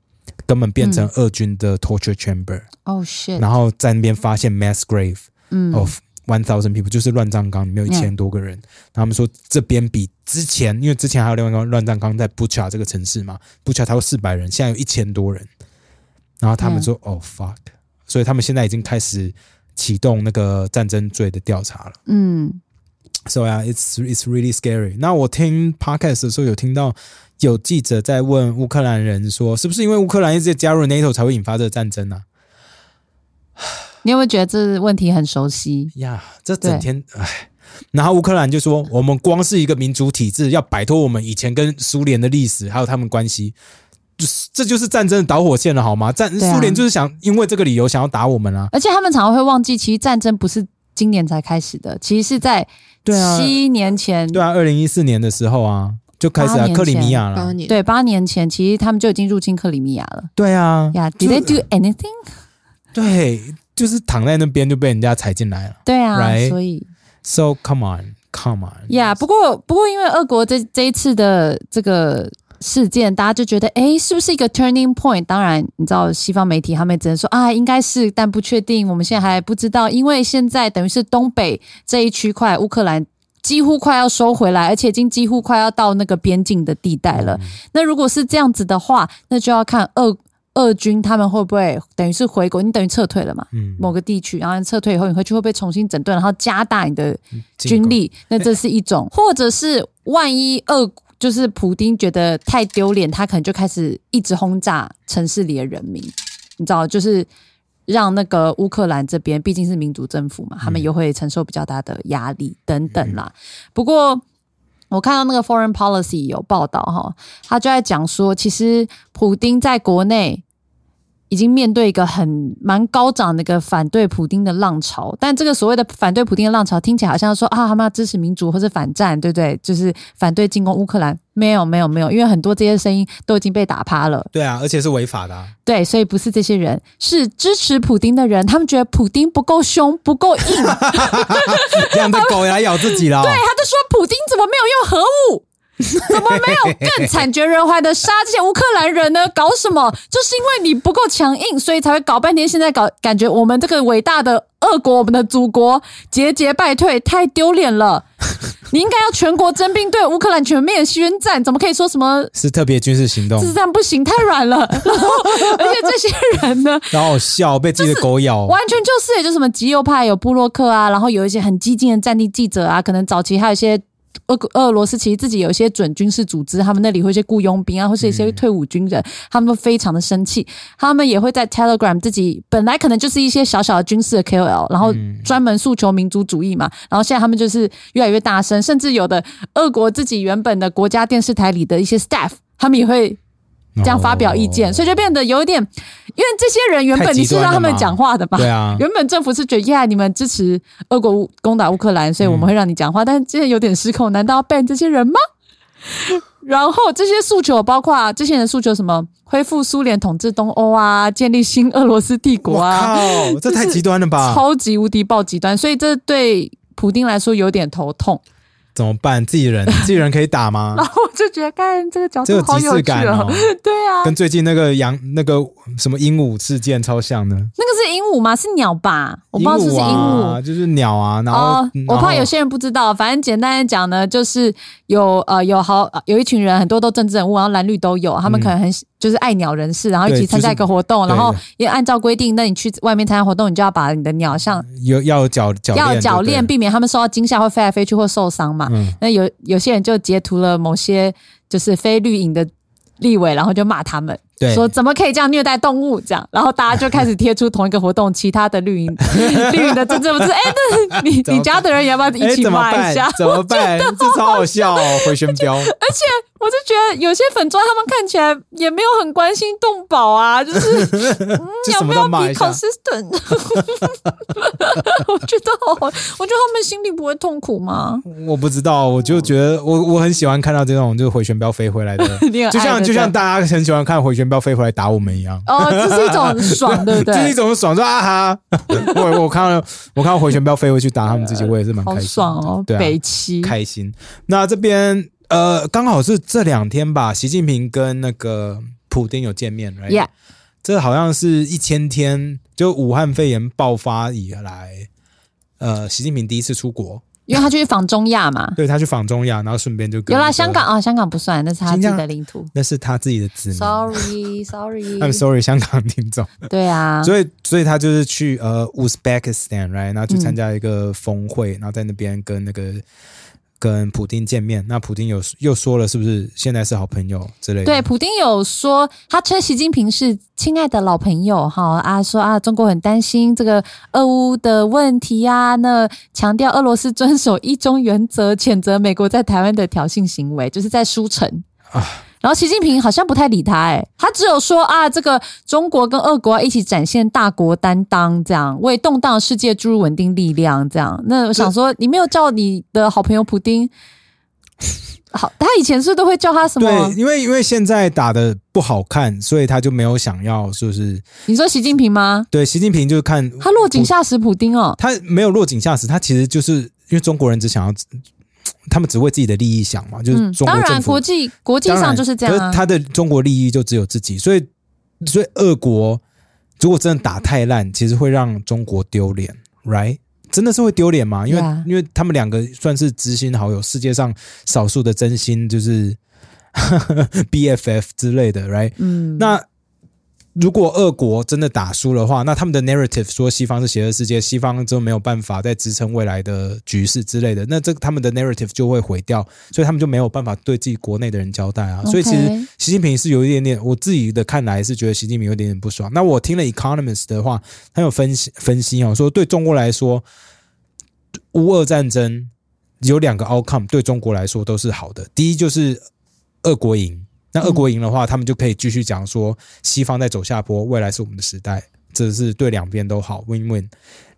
根本变成俄军的 torture chamber，、
哦 shit，
然后在那哦边发现 mass grave
嗯，
of one thousand people，就是乱葬岗里面有一千多个人。然后他们说这边比之前，因为之前还有另外一个乱葬岗在 Bucha 这个城市嘛，Bucha 才有四百人，现在有一千多人。然后他们说、哦 fuck，所以他们现在已经开始启动那个战争罪的调查了。
嗯，
So yeah, it's it's really scary. 那我听 podcast 的时候有听到有记者在问乌克兰人说，是不是因为乌克兰一直加入 NATO 才会引发这个战争啊？
你有没有觉得这问题很熟悉？
呀，这整天唉。然后乌克兰就说，我们光是一个民主体制，要摆脱我们以前跟苏联的历史，还有他们关系，就是这就是战争的导火线了，好吗？战、
对啊
苏联就是想因为这个理由想要打我们啊，
而且他们常常会忘记，其实战争不是今年才开始的，其实是在
对啊
七年前，
对啊，二零一四年的时候啊就开始
八
啊
年前
克里米亚
八
了，
年，
对八年前，其实他们就已经入侵克里米亚了。
对啊，
呀、d i d they do anything？
对，就是躺在那边就被人家踩进来了。
对啊
Right
所以
So come on, come on，
呀不过不过，因为俄国这这一次的这个事件，大家就觉得，哎，是不是一个 turning point？当然，你知道西方媒体他们只能说啊，应该是，但不确定，我们现在还不知道，因为现在等于是东北这一区块，乌克兰。几乎快要收回来，而且已经几乎快要到那个边境的地带了。那如果是这样子的话，那就要看俄俄军他们会不会等于是回国，你等于撤退了嘛？
嗯
某个地区，然后撤退以后，你回去会不会重新整顿，然后加大你的
进
军
攻
力？那这是一种，或者是万一俄就是普丁觉得太丢脸，他可能就开始一直轰炸城市里的人民，你知道，就是让那个乌克兰这边毕竟是民主政府
嗯
嘛，他们又会承受比较大的压力等等啦。不过。我看到那个 Foreign Policy 有报道哈，他就在讲说，其实普丁在国内已经面对一个很蛮高涨的一个反对普丁的浪潮，但这个所谓的反对普丁的浪潮，听起来好像说啊，他们要支持民主或者反战，对不对？就是反对进攻乌克兰，没有没有没有，因为很多这些声音都已经被打趴了，
对啊，而且是违法的啊、
对，所以不是这些人，是支持普丁的人，他们觉得普丁不够凶，不够硬，他
这样的狗也来咬自己了哦、
就哎说普丁怎么没有用核武？怎么没有更惨绝人寰的杀这些乌克兰人呢？搞什么？就是因为你不够强硬，所以才会搞半天。现在搞感觉我们这个伟大的俄国，我们的祖国节节败退，太丢脸了。你应该要全国征兵对乌克兰全面宣战，怎么可以说什么
是特别军事行动，
自战不行，太软了？ 然后，而且这些人呢，
然后笑被自己的狗咬，哦
完全就是，也就是什么极右派有布洛克啊，然后有一些很激进的战地记者啊，可能早期还有一些俄俄罗斯其实自己有一些准军事组织，他们那里会去雇佣兵啊，或是一些退伍军人，
嗯
他们都非常的生气，他们也会在 Telegram 自己本来可能就是一些小小的军事的 KOL，然后
嗯
专门诉求民族主义嘛，然后现在他们就是越来越大声，甚至有的俄国自己原本的国家电视台里的一些 staff，他们也会这样发表意见，
哦
所以就变得有一点，因为这些人原本你是让他们讲话的嘛，
对啊，
原本政府是觉得呀，你们支持俄国乌攻打乌克兰，所以
嗯
我们会让你讲话，但现在有点失控，难道要 ban 这些人吗？ 然后这些诉求包括这些人的诉求什么恢复苏联统治东欧啊，建立新俄罗斯帝国
哇
啊，
靠，这太极端了吧？
超级无敌暴极端，所以这对普丁来说有点头痛。
怎么办？自己人，自己人可以打吗？
然后我就觉得，看这个角
这
度
有
好
即
有
视
趣
感
哦
哦，，
对啊，
跟最近那个羊那个什么鹦鹉事件超像的。
那个是鹦鹉吗？是鸟吧？我不知
鹦
道是不是
鹉
鹦鹉
啊，。就是鸟啊，然后
哦，我怕有些
些
人不知道，反正简单的讲呢，就是有呃有好呃有一群人，很多都政治人物，然后蓝绿都有，他们
嗯
可能很、就是爱鸟人士，然后一
对
起参加
就是
一个活动，
对
然后
对
也按照规定，那你去外面参加活动，你就要把你的鸟像
有要脚脚
要铰链，
链就
避免他们受到惊吓会飞来飞去或受伤嘛。
对了，嗯，
那有有些人就截图了某些就是非绿营的立委，然后就骂他们，
对，
说怎么可以这样虐待动物？这样，然后大家就开始贴出同一个活动，其他的绿营 绿营的政治不是，哎、那你
怎么办
你家的人也要不要
哎
一起
怎么
骂一
办
下？？
怎 么办？这超好笑哦，回旋镖，
嗯我就觉得有些粉砖他们看起来也没有很关心动保啊， 就是
就
有
什么
没
都
有
骂
比
一下。
consistent？我觉得好，我觉得他们心里不会痛苦 吗？
我不知道，我就觉得我我很喜欢看到这种就是回旋镖飞回来的
你很爱，
就像
对
就像
对
大家很喜欢看回旋镖飞回来打我们一样。
哦，这是一种爽，对不
就
对？
是一种爽，说啊哈！ 我我看到我看到回旋镖飞回去打他们自己，我也是蛮
好
开心的，
爽哦，
对啊
北七。
开心。那这边呃，刚好是这两天吧，习近平跟那个普丁有见面
Yeah，
right？这好像是一千天，就武汉肺炎爆发以来，呃，习近平第一次出国，
因为他去访中亚嘛。
对他去访中亚，然后顺便就跟
有
那
啦，
个
香港，啊、香港不算，那是他自己的领土。
那是他自己的子民。
Sorry，Sorry，
I'm sorry，香港听众。
对啊，
所以，所以他就是去呃 Uzbekistan right，然后去参加一个峰会，
嗯
然后在那边跟那个跟普丁见面。那普丁有又说了，是不是现在是好朋友之类的？
对，普丁有说他称习近平是亲爱的老朋友哈啊，说啊中国很担心这个俄乌的问题呀、那强调俄罗斯遵守一中原则，谴责美国在台湾的挑衅行为，就是在输诚。
啊
然后习近平好像不太理他、哎，他只有说啊，这个中国跟俄国要一起展现大国担当，这样为动荡世界注入稳定力量，这样。那我想说，你没有叫你的好朋友普丁，好，他以前是不是都会叫他什么？
对，因为因为现在打的不好看，所以他就没有想要，是不是？
你说习近平吗？
对，习近平就是看
他落井下石普丁哦，
他没有落井下石，他其实就是因为中国人只想要他们只为自己的利益想嘛，就是
嗯，
中国
当
政
然
府
国际国际
当
上
然
就是这样、
可
啊
是。他的中国利益就只有自己，所以所以俄国如果真的打太烂，其实会让中国丢脸，right？真的是会丢脸吗？因为
Yeah
因为他们两个算是知心好友，世界上少数的真心就是 BFF 之类的，right？
嗯，
那如果俄国真的打输的话，那他们的 narrative 说西方是邪恶世界，西方就没有办法再支撑未来的局势之类的，那这他们的 narrative 就会毁掉，所以他们就没有办法对自己国内的人交代啊。所以其实
OK
习近平是有一点点，我自己的看来是觉得习近平有点点不爽。那我听了 Economist 的话，他有分析分析哦，说对中国来说，乌俄战争有两个 outcome 对中国来说都是好的。第一就是俄国赢，那俄国赢的话，他们就可以继续讲说西方在走下坡，未来是我们的时代，这是对两边都好，win win。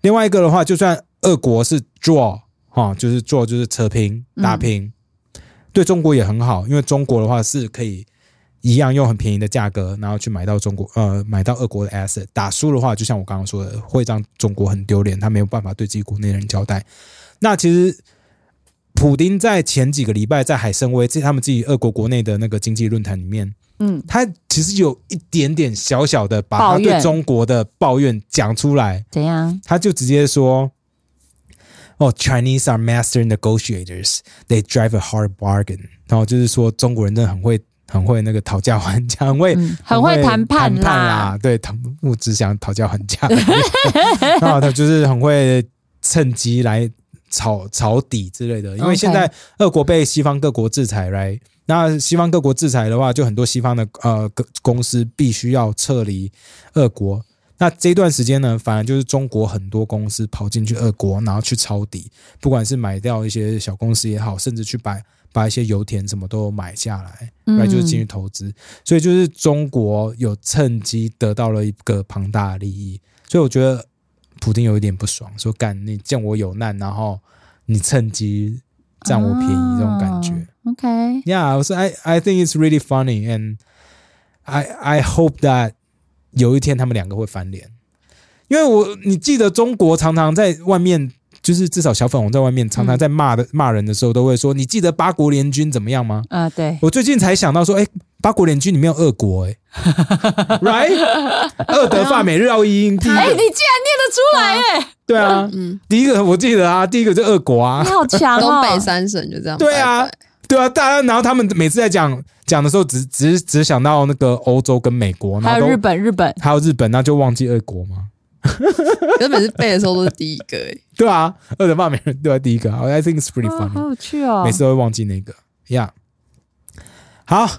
另外一个的话，就算俄国是 draw 哈、就是 draw 就是扯平打平，对中国也很好，因为中国的话是可以一样用很便宜的价格，然后去买到中国呃买到俄国的 asset。打输的话，就像我刚刚说的，会让中国很丢脸，他没有办法对自己国内人交代。那其实普丁在前几个礼拜在海参崴，这他们自己俄国国内的那个经济论坛里面，
嗯，
他其实有一点点小小的把他
抱怨
对中国的抱怨讲出来，
怎样？
他就直接说。哦、c h i n e s e are master negotiators. They drive a hard bargain. 然后就是说，中国人真的很会、很会那个讨价还价，很会、
嗯，很会谈判啦。
谈判啦，对，他我只想讨价还价， 然后他就是很会趁机来炒炒底之类的。因为
OK
现在俄国被西方各国制裁来，那西方各国制裁的话，就很多西方的呃个公司必须要撤离俄国。那这段时间呢，反而就是中国很多公司跑进去俄国，然后去抄底，不管是买掉一些小公司也好，甚至去把把一些油田什么都买下来，
嗯
来就是进去投资。所以就是中国有趁机得到了一个庞大的利益，所以我觉得普丁有一点不爽，说干你见我有难，然后你趁机占我便宜、这种感觉。
啊 OK，
Yeah, so I I think it's really funny, and I I hope that 有一天他们两个会翻脸，因为我你记得中国常常在外面，就是至少小粉红在外面常常在骂的、骂人的时候，都会说你记得八国联军怎么样吗？
啊、对，
我最近才想到说，哎、八国联军里面有俄 国、欸，哎，right，俄德法美日澳英英第一
哎、你
个，
竟然念得出来、哎、
对 啊，
嗯，
第一个我记得啊，第一个就俄国啊
你，好强哦！
东北三省就这样。
对啊
拜拜，
对啊，大家然后他们每次在讲讲的时候只，只只想到那个欧洲跟美国，然
还有
后都
日本，日本，
还有日本，那就忘记俄国嘛。
可是每次背的时候都是第一个哎、欸
对啊，俄德法美人对啊，第一个，I think it's pretty
啊
funny，、
好有趣哦！
每次都会忘记那个呀。Yeah 好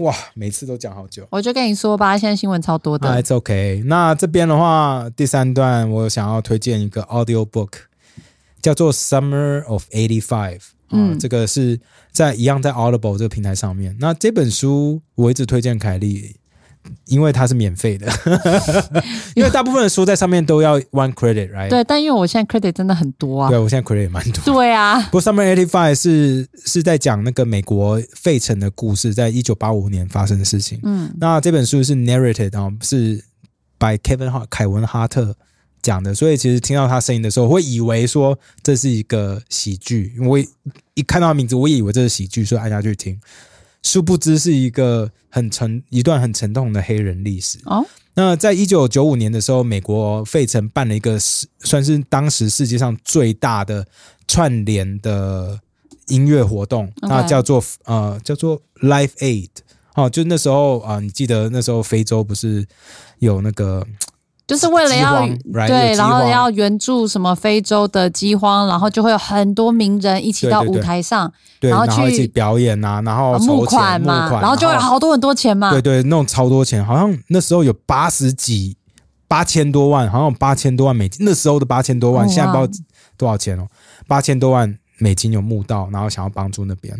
哇，每次都讲好久。
我就跟你说吧，现在新闻超多的。
那 It's OK。那这边的话，第三段我想要推荐一个 audio book，叫做《Summer of Eighty Five》。嗯，
嗯
这个是在一样在 Audible 这个平台上面。那这本书我一直推荐凯莉，因为它是免费的， 因为大部分的书在上面都要 one credit，right？
对，但因为我现在 credit 真的很多啊
对，。我现在 credit 也蛮多。
对啊，
不过《Summer Eighty Five》是是在讲那个美国费城的故事，在一九八五年发生的事情。
嗯，
那这本书是 narrated 啊，是 by Kevin 哈凯文哈特讲的，所以其实听到他声音的时候，会以为说这是一个喜剧。我一一看到他名字，我也以为这是喜剧，所以按下去听。殊不知是一个很沉一段很沉痛的黑人历史。
哦，
那在一九九五年的时候，美国费城办了一个世算是当时世界上最大的串联的音乐活动，
OK
那叫做呃叫做 Live Aid。哦，就那时候啊、你记得那时候非洲不是有那个
就是为了要
饥荒，right，有
对，
饥
然
荒
后要援助什么非洲的饥荒，然后就会有很多名人一起到
对对
舞
对
台上
对，
然
然
后去
一起表演啊，然后
呃
筹
募
钱
款嘛，
募款
然后就会有好多很多钱嘛。
对对，弄超多钱，好像那时候有八十几、八千多万，好像八千多万美金，那时候的八千多万，
哦
现在不
哇
知道多少钱哦，八千多万美金有募到，然后想要帮助那边，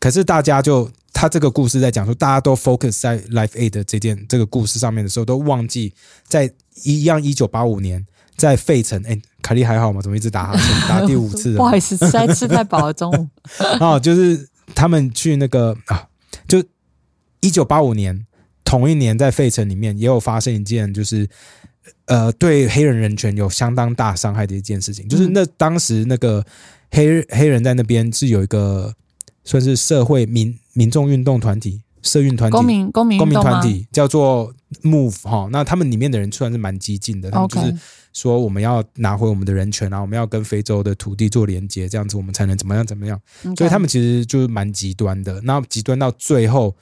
可是大家就他这个故事在讲说，大家都 focus 在 Life Aid 的这件这个故事上面的时候，都忘记在一样一九八五年在费城，哎，凯莉还好吗？怎么一直打哈欠？打第五次了，
不好意思，实在吃太饱了，中午。
哦，就是他们去那个啊，就一九八五年同一年在费城里面也有发生一件，就是
嗯
呃对黑人人权有相当大伤害的一件事情，就是那当时那个黑黑人在那边是有一个算是社会民民众运动团体、社运团体、
公民公民
公
运
民
动
团
吗
体叫做 Move 哈，那他们里面的人算是蛮激进的，他们就
OK
是说我们要拿回我们的人权啊，我们要跟非洲的土地做连接，这样子我们才能怎么样怎么样。
OK
所以他们其实就是蛮极端的，那极端到最后，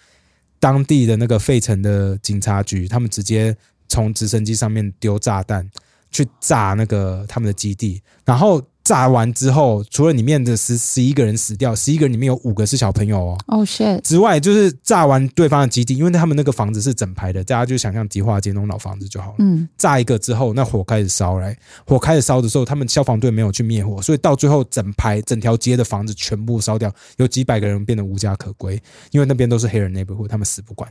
当地的那个费城的警察局，他们直接从直升机上面丢炸弹去炸那个他们的基地，然后炸完之后，除了里面的十十一个人死掉，十一个人里面有五个是小朋友哦。
哦、shit，
之外，就是炸完对方的基地，因为他们那个房子是整排的，大家就想象迪化街那种老房子就好了。
嗯，
炸一个之后，那火开始烧来，火开始烧的时候，他们消防队没有去灭火，所以到最后整排整条街的房子全部烧掉，有几百个人变得无家可归，因为那边都是黑人 neighborhood，他们死不管。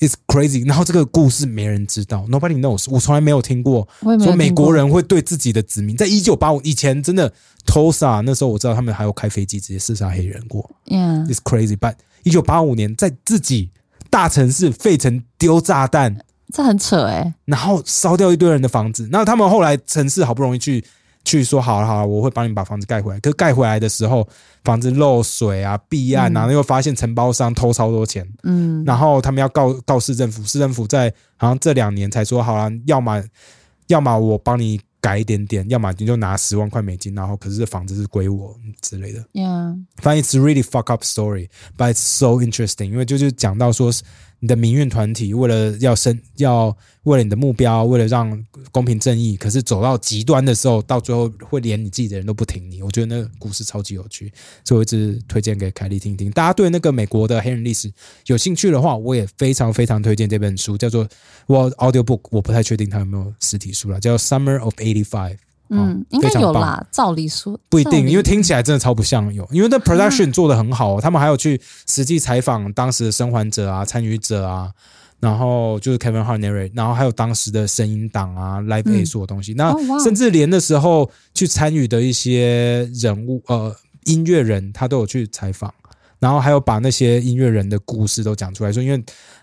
It's crazy。然后这个故事没人知道，nobody knows，我从来没有听过
我也没有
说美
听过
国人会对自己的子民，在一九八五以前真的 Tulsa 那时候我知道他们还有开飞机直接射杀黑人过。
，Yeah，
It's crazy, but 一九八五年在自己大城市费城丢炸弹，
这很扯哎、
然后烧掉一堆人的房子。那他们后来城市好不容易去去说好了好了，我会帮你把房子盖回来。可盖回来的时候，房子漏水啊、弊案啊，然后又发现承包商偷超多钱，
嗯，
然后他们要告告市政府，市政府在好像这两年才说好了，要么要么我帮你改一点点，要么你就拿十万块美金，然后可是这房子是归我之类的。
Yeah，
反正 it's really fuck up story, but it's so interesting，因为就是讲到说是你的民运团体为了要生要为了你的目标，为了让公平正义，可是走到极端的时候，到最后会连你自己的人都不挺你。我觉得那个故事超级有趣，所以我一直推荐给凯莉听听。大家对那个美国的黑人历史有兴趣的话，我也非常非常推荐这本书，叫做我 audio book，我不太确定它有没有实体书了，叫《Summer of Eighty Five》。
嗯
哦，
应该
非常
有
棒
啦，照理说
不一
照
定，
理
因为听起来真的超不像有，因为那
嗯
production 做的很好、哦，他们还有去实际采访当时的生还者啊、参与者啊，然后就是 Kevin Hart narrate，然后还有当时的声音档啊、live
嗯
A 所有东西，那
哦哇
甚至连那时候去参与的一些人物呃音乐人，他都有去采访。然后还有把那些音乐人的故事都讲出来，说因为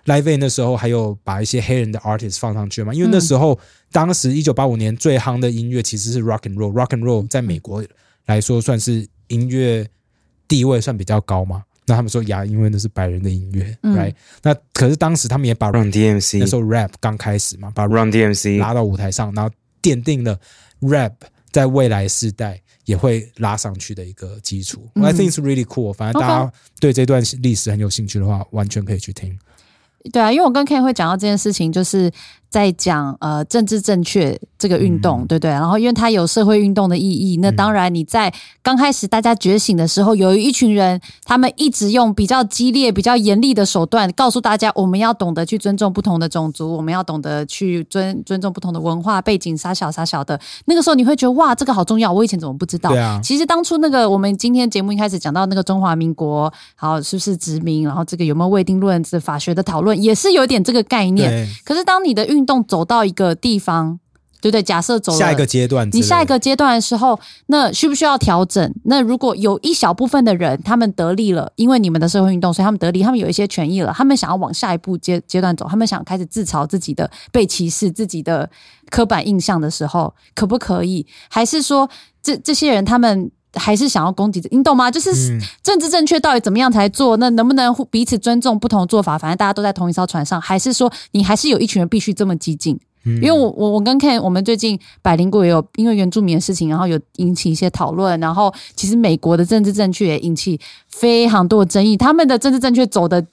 Live Aid 那时候还有把一些黑人的 artist 放上去嘛，因
嗯
为那时候、当时一九八五年最夯的音乐其实是 rock and roll，rock and roll 在美国来说算是音乐地位算比较高嘛。那他们说呀，因为那是白人的音乐、
嗯
r i g h t 那可是当时他们也把
Run
那时
DMC,
候 rap 刚开始嘛，把
Run DMC,
拉到舞台上，然后奠定了 rap 在未来世代也会拉上去的一个基础。
嗯
I think it's really cool。反正大家对这段历史很有兴趣的话，完全可以去听。
对啊，因为我跟 Ken 会讲到这件事情，就是在讲呃政治正确这个运动，对不对？然后因为它有社会运动的意义，那当然你在刚开始大家觉醒的时候，有一群人他们一直用比较激烈、比较严厉的手段告诉大家，我们要懂得去尊重不同的种族，我们要懂得去尊尊重不同的文化背景，傻小傻小的。那个时候你会觉得哇，这个好重要，我以前怎么不知道？
对啊
其实当初那个我们今天节目一开始讲到那个中华民国，好是不是殖民，然后这个有没有未定论这法学的讨论，也是有点这个概念。
对，
可是当你的运动走到一个地方，对不对？假设走了
下一个阶段之类
你
的，
下一个阶段的时候，那需不需要调整？那如果有一小部分的人他们得利了，因为你们的社会运动，所以他们得利，他们有一些权益了，他们想要往下一步阶阶段走，他们想开始自嘲自己的被歧视、自己的刻板印象的时候，可不可以？还是说这这些人他们？还是想要攻击，你懂吗？就是
嗯
政治正确到底怎么样才做？那能不能互彼此尊重不同做法？反正大家都在同一艘船上，还是说你还是有一群人必须这么激进？
嗯
因为我我我跟 Ken，我们最近百灵果也有因为原住民的事情，然后有引起一些讨论，然后其实美国的政治正确也引起非常多的争议，他们的政治正确走的。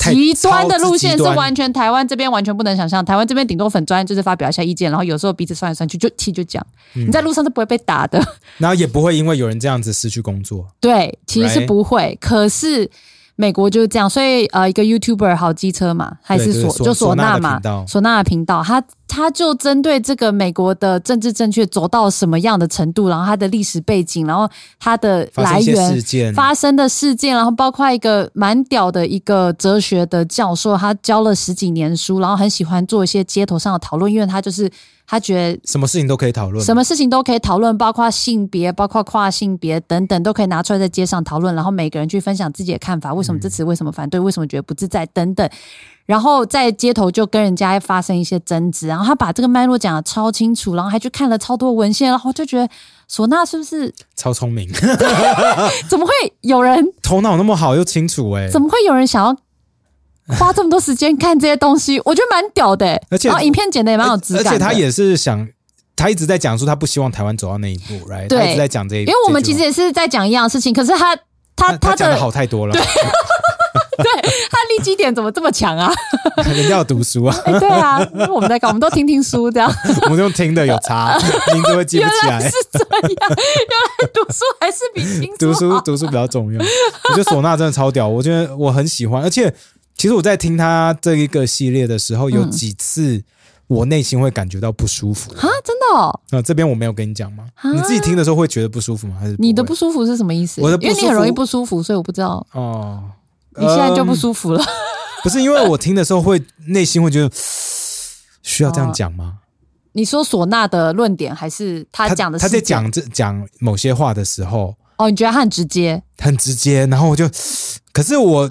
太
极端的路线是
超级极端
完全台湾这边完全不能想象，台湾这边顶多粉砖就是发表一下意见，然后有时候彼此算来算去就气就讲，
嗯
你在路上是不会被打的，
然后也不会因为有人这样子失去工作。
对，其实是
Right
不会。可是美国就是这样，所以呃，一个 YouTuber 好机车嘛，还是索
对就是索
就索纳
索纳的
嘛
频道，
索纳的频道，他他就针对这个美国的政治正确走到什么样的程度，然后他的历史背景，然后他的
发生
来
一些
源
事件，
发生的事件，然后包括一个蛮屌的一个哲学的教授，他教了十几年书，然后很喜欢做一些街头上的讨论，因为他就是他觉得
什么事情都可以讨论。
什么事情都可以讨论，包括性别、包括跨性别等等，都可以拿出来在
嗯
街上讨论，然后每个人去分享自己的看法，为什么支持，为什么反对，为什么觉得不自在等等。然后在街头就跟人家发生一些争执，然后他把这个脉络讲的超清楚，然后还去看了超多文献，然后我就觉得唢呐是不是
超聪明，
怎么会有人
头脑那么好又清楚哎、
怎么会有人想要花这么多时间看这些东西？我觉得蛮屌的、欸，
而且
然后影片剪的也蛮有质
而
感的
且他也是想，他一直在讲说他不希望台湾走到那一步，right？
对
他一直在讲这一，
因为我们
这
其
句
实
话
也是在讲一样的事情，可是他他
他讲
的
的好太多了，
对他立基点怎么这么强啊？
人家要读书啊，
哎，对啊，因为我们在搞，我们都听听书 这样，
我们用听的有差， 名字会记不
原
起
来
来
是。这样，原来读书还是比听
读
书
书
好。啊
读书比较重要，我觉得唢呐真的超屌，我觉得我很喜欢，而且其实我在听他这一个系列的时候，有几次我内心会感觉到不舒服。
啊，真的哦！
那、这边我没有跟你讲吗？
啊
你自己听的时候会觉得不舒服吗？还是
你的
会
不舒服是什么意思？
我的不
因为
舒
你
服
很容易不舒服，所以我不知道
哦？
你现在就不
嗯
舒服了。
不是因为我听的时候会内心会觉得需要这样讲吗？
你说唢呐的论点还是他讲的
他
事
在
情？
讲这讲某些话的时候
哦，你觉得他很直接？
很直接，然后我就，可是我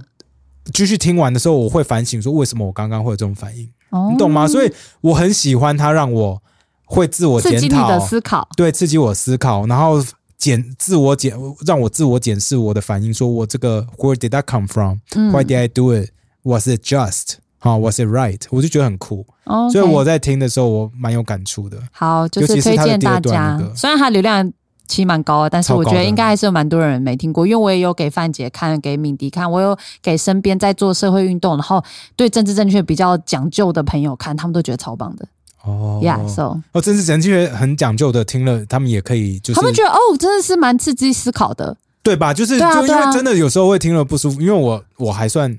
继续听完的时候，我会反省说为什么我刚刚会有这种反应，
哦，
你懂吗？所以我很喜欢他让我会自我
刺激
检
你的
讨，
思考。
对，刺激我思考，然后检自我检让我自我检视我的反应，说我这个 Where did that come from?
嗯
Why did I do it? Was it just? 啊、w a s it right？我就觉得很酷。
哦，
所以我在听的时候，我蛮有感触的。
好，就
尤其
是
是
推
他的
荐
第二
大家
段那。个
虽然它流量其实蛮高的，但是
超
我觉
高
得
的
应该还是有蛮多人没听过，因为我也有给范姐看，给敏迪看，我有给身边在做社会运动，然后对政治正确比较讲究的朋友看，他们都觉得超棒的。
哦
Yeah，so
哦，政治正确很讲究的，听了他们也可以，就是
他们觉得哦，真的是蛮刺激思考的。
对吧？就是、
对啊
就因
对啊
为真的有时候会听了不舒服，因为我我还算。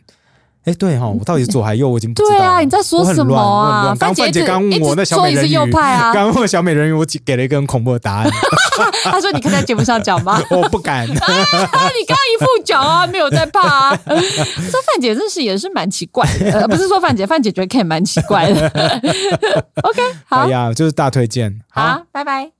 哎，对哈、我到底左还右，我已经不知
嗯
道
对
了。
啊，你在
我
说
很
什么
乱我很
啊？
乱刚
姐
范
一直
姐刚
一
问我那
直
小
说
美
你
人
是
鱼，
右派 啊，
刚问小美人鱼，我给了一个很恐怖的答 案，
她说你可以在节目上讲吗？
我不敢。
啊，你刚刚一副讲啊，没有在怕啊。我说范姐真是也是蛮奇怪的，呃，不是说范姐，范姐觉得 Ken 蛮奇怪的。OK，好
哎，呀，就是大推荐。好，
好，拜拜。